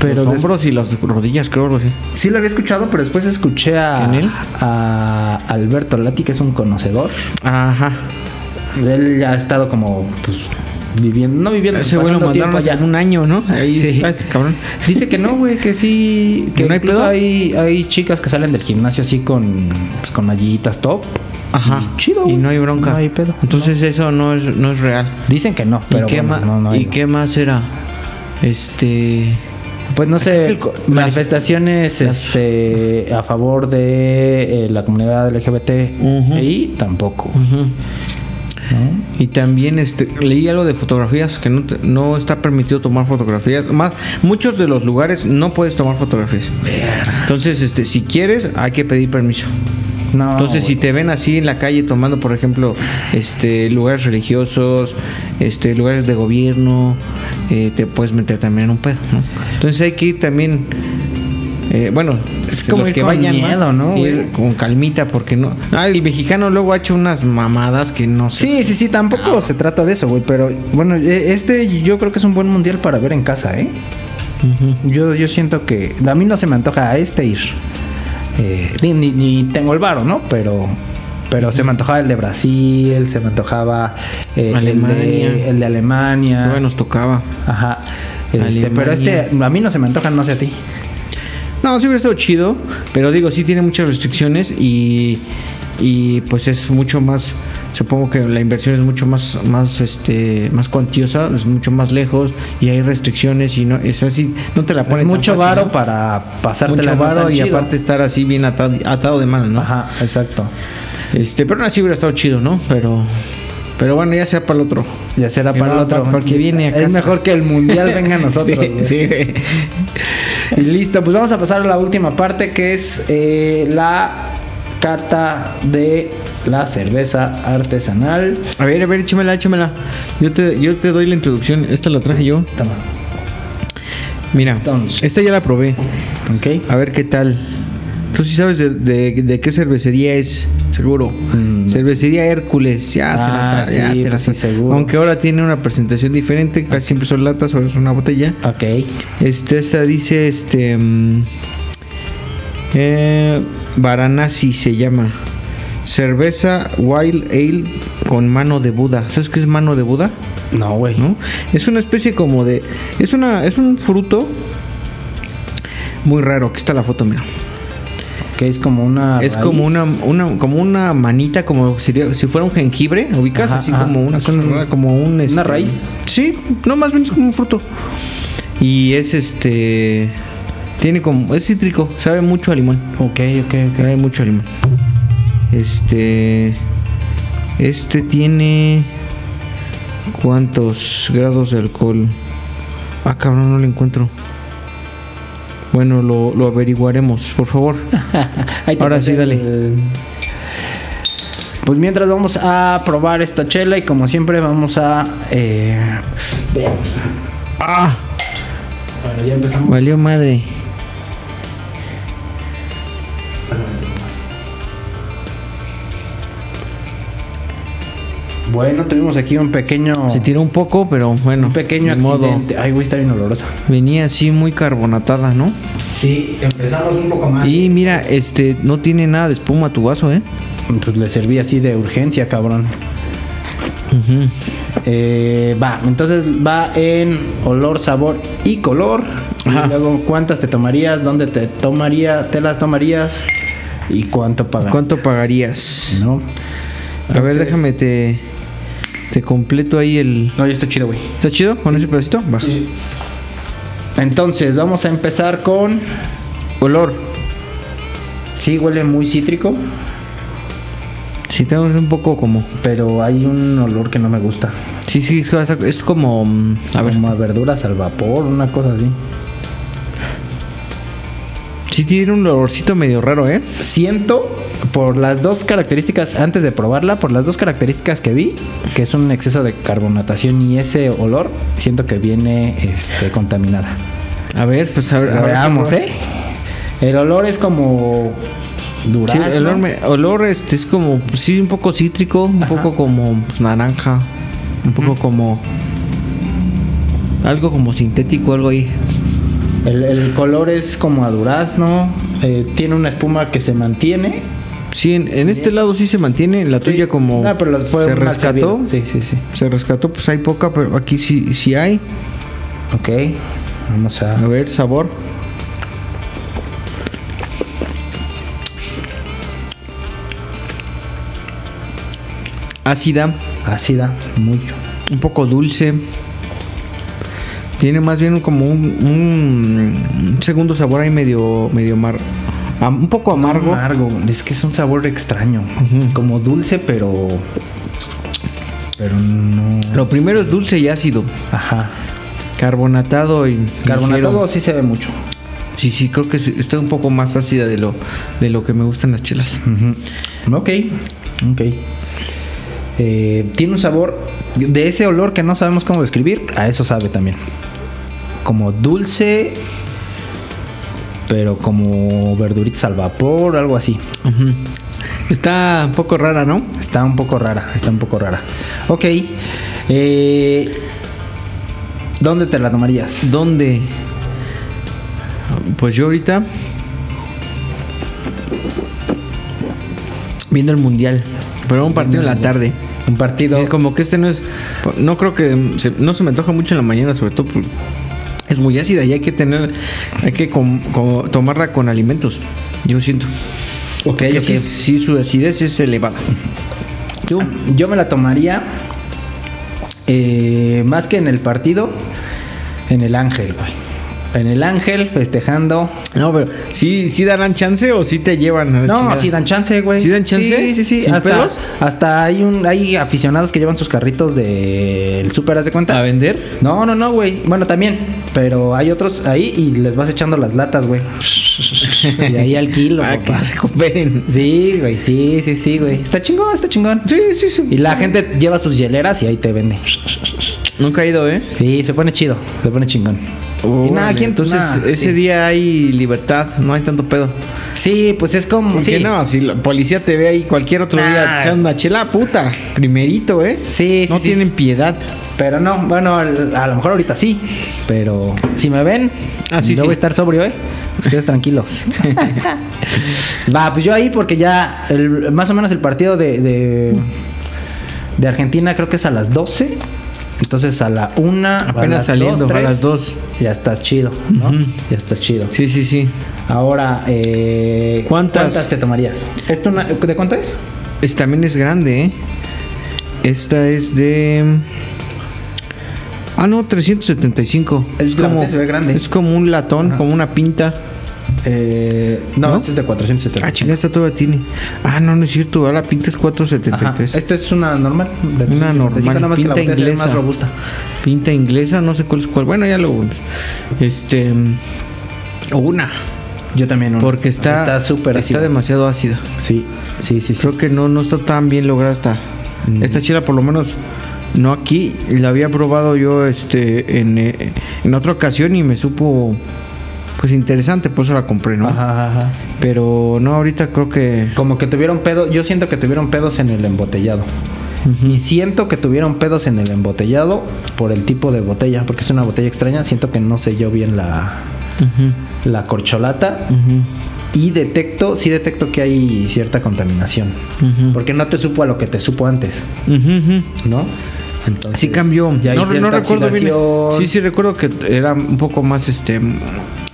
S3: pero
S4: los
S3: des-
S4: hombros y las rodillas, creo algo así.
S3: sí lo había escuchado, pero después escuché a,
S4: ¿Quién él?
S3: a Alberto Lati, que es un conocedor.
S4: Ajá.
S3: Él ya ha estado como, pues, viviendo, no viviendo,
S4: Ese güey
S3: bueno pues,
S4: lo mandaron hace como un año, ¿no? Ahí
S3: Sí.
S4: está ese cabrón.
S3: Dice que no, güey, que sí, que
S4: ¿No hay
S3: incluso
S4: pedo?
S3: hay, hay chicas que salen del gimnasio así con, pues, con mallitas top.
S4: Ajá.
S3: Y chido,
S4: Y no hay
S3: güey.
S4: bronca.
S3: No hay pedo.
S4: Entonces eso no es, no es real.
S3: Dicen que no, pero
S4: ¿Y, qué,
S3: bueno,
S4: ma-
S3: no, no
S4: ¿y
S3: hay-
S4: qué más era? Este.
S3: Pues no sé,
S4: El co-
S3: manifestaciones este, a favor de eh, la comunidad LGBT
S4: Ujú.
S3: y tampoco.
S4: ujú.
S3: ¿no?
S4: Y también este, leí algo de fotografías, que no, te- no está permitido tomar fotografías. Más, muchos de los lugares no puedes tomar fotografías. Entonces, este, si quieres, hay que pedir permiso.
S3: No,
S4: Entonces, si
S3: güey.
S4: te ven así en la calle tomando, por ejemplo, este, lugares religiosos, este, lugares de gobierno, eh, te puedes meter también en un pedo, ¿no? Entonces hay que ir también, eh, bueno,
S3: Es como ir con miedo, ¿no, güey?
S4: Ir con calmita, porque no. Ah, el mexicano luego ha hecho unas mamadas que no sé.
S3: Sí, sí, sí, tampoco
S4: ah.
S3: se trata de eso, güey. Pero bueno, e- este yo creo que es un buen mundial para ver en casa, ¿eh?
S4: Ujú.
S3: Yo, yo siento que a mí no se me antoja a este ir. Eh, ni, ni- ni tengo el varo, ¿no? Pero pero se me antojaba el de Brasil, se me antojaba eh, El,
S4: Alemania.
S3: de, el de Alemania.
S4: Luego nos tocaba.
S3: Ajá. Este,
S4: Alemania.
S3: pero este a mí no se me antoja, no sé a ti.
S4: No, sí hubiera estado chido, pero digo, sí tiene muchas restricciones y, y pues es mucho más, supongo que la inversión es mucho más, más, este, más cuantiosa, es mucho más lejos y hay restricciones y no, es así, no te la ponen
S3: Es mucho varo
S4: varo
S3: para pasarte
S4: mucho
S3: la
S4: varo y aparte estar así bien atado, atado de manos, ¿no?
S3: Ajá, exacto.
S4: Este, pero aún así hubiera estado chido, ¿no? Pero, pero bueno, ya sea para el otro.
S3: Ya será
S4: Que
S3: para el
S4: no,
S3: otro.
S4: pa- porque viene a casa.
S3: Es mejor que el mundial venga a nosotros.
S4: Sí,
S3: güey.
S4: sí, güey.
S3: Y listo, pues vamos a pasar a la última parte que es eh, la cata de la cerveza artesanal.
S4: A ver, a ver, échamela, échamela. Yo te, yo te doy la introducción, esta la traje yo.
S3: Toma.
S4: Mira,
S3: Entonces.
S4: esta ya la probé.
S3: Ok.
S4: A ver qué tal. Tú sí sabes de, de- de qué cervecería es, seguro.
S3: Mm.
S4: Cervecería Hércules, ya te la
S3: Ah,
S4: sabes, ya
S3: sí,
S4: te la
S3: sí,
S4: sabes.
S3: seguro.
S4: Aunque ahora tiene una presentación diferente, casi siempre son latas, ahora es una botella.
S3: Ok.
S4: Este, esta dice, este... mm, eh, Varanasi se llama. Cerveza Wild Ale con mano de Buda. ¿Sabes qué es mano de Buda?
S3: No, güey.
S4: ¿no? Es una especie como de. Es una. Es un fruto. Muy raro. Aquí está la foto, mira.
S3: Que es como una.
S4: es
S3: raíz.
S4: como una, una- como una manita, como sería- si fuera un jengibre, ubicas
S3: Ajá,
S4: así
S3: ajá. Ah,
S4: como una
S3: Es un-
S4: cosa rara, como un este,
S3: raíz.
S4: Sí, no más bien es como un fruto. Y es este tiene como es cítrico, sabe mucho a limón.
S3: Ok, ok,
S4: Sabe
S3: ok.
S4: mucho a limón. Este este tiene ¿Cuántos grados de alcohol? Ah, cabrón, no lo encuentro. Bueno, lo, lo averiguaremos, por favor.
S3: Ah. Ahí te
S4: Ahora
S3: pasé
S4: sí, dale.
S3: el- Pues mientras vamos a probar esta chela y como siempre vamos a. eh,
S4: ¡Ah!
S2: Bueno, ya empezamos.
S4: Valió madre.
S3: Bueno, tuvimos aquí un pequeño.
S4: Se tiró un poco, pero bueno.
S3: Un pequeño
S4: ni modo.
S3: accidente. Ay, güey, está bien olorosa.
S4: Venía así muy carbonatada, ¿no?
S2: Sí, empezamos un poco
S3: Ah.
S2: más.
S4: Y mira, este, no tiene nada de espuma tu vaso, ¿eh?
S3: Pues le serví así de urgencia, cabrón. Eh, va, entonces va en olor, sabor y color.
S4: Ajá.
S3: Y luego, ¿cuántas te tomarías? ¿Dónde te tomaría? ¿Te las tomarías? ¿Y cuánto pagas?
S4: ¿Cuánto pagarías?
S3: ¿No?
S4: A ver,
S3: Entonces,
S4: déjame te. Te completo ahí el.
S3: No, ya está chido, güey.
S4: ¿Está chido con ese pedacito? Va.
S3: Entonces, vamos a empezar con.
S4: Olor.
S3: Sí, huele muy cítrico,
S4: Si tenemos un poco como.
S3: pero hay un olor que no me gusta.
S4: Sí, sí, es- es como. mm, A ver.
S3: Como a verduras al vapor, una cosa así.
S4: Sí tiene un olorcito medio raro, ¿eh?
S3: Siento, por las dos características, antes de probarla, por las dos características que vi, que es un exceso de carbonatación y ese olor, siento que viene este, contaminada.
S4: A ver, pues a ver.
S3: Ahora
S4: ahora sí
S3: Veamos,
S4: probar.
S3: ¿eh? El olor es como
S4: Sí,
S3: durazno.
S4: el olor, me- olor, este es como, sí, un poco cítrico, un
S3: Ajá.
S4: poco como pues, naranja, un poco como... Algo como sintético, algo ahí.
S3: El, el color es como a durazno, eh, tiene una espuma que se mantiene.
S4: Sí, en, en este lado sí se mantiene, la tuya como
S3: Ah, pero las- fue
S4: se
S3: mal servido.
S4: rescató.
S3: Sí, sí, sí.
S4: Se rescató, pues hay poca, pero aquí sí, sí hay.
S3: Ok, vamos a...
S4: A ver, sabor. Ácida.
S3: Ácida, muy...
S4: un poco dulce. Tiene más bien como un, un- un segundo sabor ahí medio, medio mar, am- un poco amargo.
S3: Amargo, es que es un sabor extraño.
S4: Ujú.
S3: Como dulce, pero... Pero no...
S4: Lo primero es dulce y ácido,
S3: Ajá.
S4: carbonatado y
S3: Carbonatado
S4: ligero.
S3: sí se ve mucho.
S4: Sí, sí, creo que sí, está un poco más ácida de lo de lo que me gustan las chelas.
S3: Ok, ok. Eh, tiene un sabor de ese olor que no sabemos cómo describir, a eso sabe también. Como dulce, pero como verduritas al vapor, algo así.
S4: Ujú. Está un poco rara, ¿no?
S3: Está un poco rara, está un poco rara. Ok. eh, ¿Dónde te la tomarías?
S4: ¿Dónde? Pues yo ahorita viendo el mundial, pero un partido en la tarde.
S3: Un partido.
S4: Es como que este no es. No creo que. se- no se me antoja mucho en la mañana, sobre todo. por- Es muy ácida y hay que tener. Hay que com- com- tomarla con alimentos. Yo siento.
S3: Ok,
S4: Que
S3: ok.
S4: sí, sí, su acidez es elevada.
S3: Tú, yo me la tomaría eh, más que en el partido, en el Ángel, güey. En el Ángel festejando.
S4: No, pero. ¿Sí, sí darán chance o sí te llevan? a la
S3: No,
S4: chingada?
S3: sí dan chance, güey.
S4: Ah, ¿Sí dan chance?
S3: Sí, sí, sí.
S4: ¿Sin
S3: Hasta,
S4: pedos?
S3: hasta hay un hay aficionados que llevan sus carritos del súper, ¿haz de cuenta?
S4: ¿A vender?
S3: No, no, no, güey. Bueno, también. Pero hay otros ahí y les vas echando las latas, güey. y ahí al kilo,
S4: Para Ah, que
S3: papá.
S4: recuperen.
S3: Sí, güey, sí, sí, sí, güey. Está chingón, está chingón.
S4: Sí, sí, sí.
S3: Y la gente lleva sus hieleras y ahí te vende.
S4: Nunca he ido, ¿eh?
S3: Sí, se pone chido, se pone chingón. y nada,
S4: Órale,
S3: ¿quién?
S4: Entonces,
S3: nada,
S4: ese
S3: sí.
S4: día hay libertad, no hay tanto pedo.
S3: Sí, pues es como.
S4: Porque
S3: Sí.
S4: no, si la policía te ve ahí cualquier otro día
S3: Nah.
S4: echando una chela, puta. Primerito, ¿eh?
S3: Sí, sí,
S4: No
S3: sí.
S4: tienen piedad.
S3: Pero no, bueno, al- a lo mejor ahorita sí. Pero si me ven,
S4: Ah, sí,
S3: yo
S4: sí.
S3: voy a estar sobrio, ¿eh? Ustedes tranquilos. Va, pues yo ahí porque ya el- más o menos el partido de, de, de Argentina creo que es a las 12. Entonces a la 1.
S4: Apenas saliendo, a las dos.
S3: Ya estás chido, ¿no?
S4: Ujú.
S3: Ya estás chido.
S4: Sí, sí, sí.
S3: Ahora, eh,
S4: ¿Cuántas?
S3: te tomarías? ¿Esto una- ¿De cuánto es?
S4: Es, también es grande, ¿eh? Esta es de. Ah, no, 375.
S3: Es grande, se ve grande.
S4: Es como un latón, como una pinta.
S3: Eh, no,
S4: ¿No?
S3: esto es de
S4: Ah,
S3: 470.
S4: chingada, esta todavía tiene. Ah, no, no es cierto. Ahora la pinta es
S3: Ajá.
S4: 473.
S3: Esta es una normal. de
S4: Una
S3: 375,
S4: normal,
S3: nada más que la
S4: pinta
S3: botella se ve
S4: inglesa.
S3: más robusta.
S4: Pinta inglesa, no sé cuál es cuál. Bueno, ya lo. Este. O una.
S3: Yo también una.
S4: Porque está.
S3: Está súper
S4: Está
S3: ácida.
S4: demasiado ácida.
S3: Sí, sí, sí. sí.
S4: Creo que no, no está tan bien lograda esta.
S3: Mm.
S4: Esta chela, por lo menos. No aquí. La había probado yo este en, eh, en otra ocasión y me supo. Pues interesante, por eso la compré, ¿no?
S3: Ajá, ajá, ajá.
S4: Pero no, ahorita creo que.
S3: Como que tuvieron pedo. Yo siento que tuvieron pedos en el embotellado. Y siento que tuvieron pedos en el embotellado por el tipo de botella. Porque es una botella extraña. Siento que no selló bien la,
S4: Ujú,
S3: la corcholata.
S4: ujú,
S3: Y detecto, sí detecto que hay cierta contaminación.
S4: ujú.
S3: Porque no te supo a lo que te supo antes,
S4: Ujú, ujú.
S3: ¿no? Entonces,
S4: Sí cambió.
S3: Pues, Ya hay
S4: no, no
S3: cierta
S4: recuerdo bien.
S3: oxidación.
S4: Sí, sí recuerdo que era un poco más este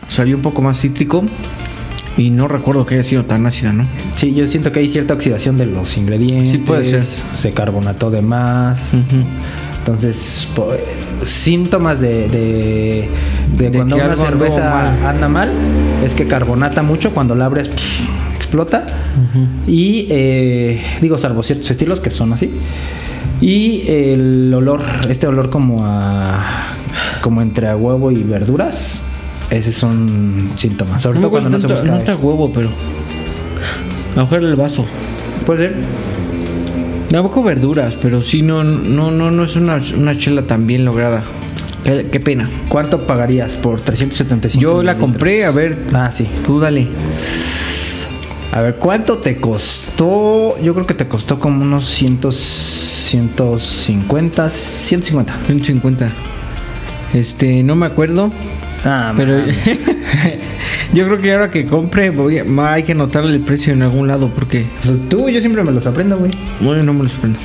S4: sabía un poco más cítrico Y no recuerdo que haya sido tan ácida, ¿no?
S3: Sí, yo siento que hay cierta oxidación de los ingredientes.
S4: Sí, puede ser.
S3: Se carbonató de más. Entonces, po- síntomas de, de, de
S4: De
S3: cuando
S4: que
S3: una
S4: algo andó
S3: cerveza
S4: mal.
S3: anda mal es que carbonata mucho, cuando la abres pff, explota. Y eh, digo, salvo ciertos estilos que son así. Y el olor, este olor como a como entre a huevo y verduras, ese es un síntoma. Sobre todo cuando no se
S4: tanto-
S3: busca
S4: no está
S3: eso.
S4: huevo, pero. A lo mejor el vaso.
S3: Puede ser.
S4: Tampoco verduras, pero sí, no, no, no, no es una, una chela tan bien lograda. Qué, qué pena.
S3: ¿Cuánto pagarías por 375?
S4: Yo la
S3: mililitros?
S4: compré, a ver,
S3: Ah, sí.
S4: tú dale.
S3: A ver, ¿cuánto te costó? Yo creo que te costó como unos 100, 150, 150.
S4: 150. Este, no me acuerdo,
S3: Ah,
S4: pero
S3: man.
S4: yo creo que ahora que compre voy a- hay que anotarle el precio en algún lado porque
S3: Pues tú, yo siempre me los aprendo, güey.
S4: bueno, no me lo sorprendo.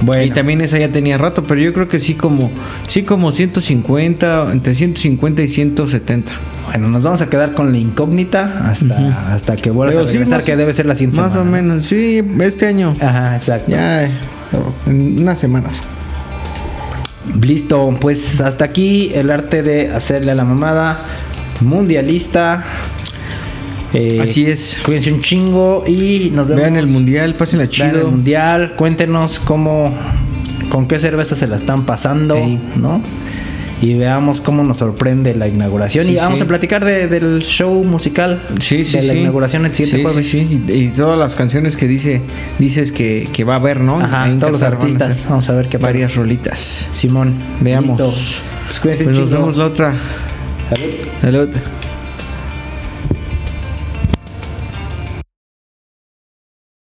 S3: Bueno,
S4: Y también esa ya tenía rato, pero yo creo que sí como sí como 150, entre 150 y 170.
S3: bueno, nos vamos a quedar con la incógnita hasta, hasta que vuelvas
S4: Pero
S3: a
S4: sí,
S3: regresar,
S4: más-
S3: que debe ser la siguiente
S4: Más o
S3: semana, ¿no?
S4: menos, sí, este año.
S3: Ajá, exacto.
S4: Ya eh, en unas semanas.
S3: Listo, pues hasta aquí el arte de hacerle a la mamada mundialista. Eh,
S4: Así es.
S3: Cuídense un chingo y nos vemos.
S4: Vean el mundial, pásenla
S3: Vean el
S4: chido.
S3: mundial. Cuéntenos cómo, con qué cerveza se la están pasando,
S4: Ey.
S3: ¿no? Y veamos cómo nos sorprende la inauguración.
S4: Sí,
S3: y vamos
S4: sí.
S3: a platicar de- del show musical
S4: Sí, sí,
S3: de la
S4: sí.
S3: inauguración el siguiente
S4: Sí, sí,
S3: jueves.
S4: sí. Y, y todas las canciones que dice dices que, que va a haber, ¿no?
S3: Ajá,
S4: Ahí en
S3: todos los
S4: Qatar van
S3: artistas.
S4: hacer
S3: Vamos a ver qué pasa.
S4: Varias rolitas.
S3: Simón,
S4: Veamos.
S3: listo. Pues cuídense un
S4: Pues nos
S3: chingo.
S4: vemos la otra.
S3: Salud.
S4: Salud.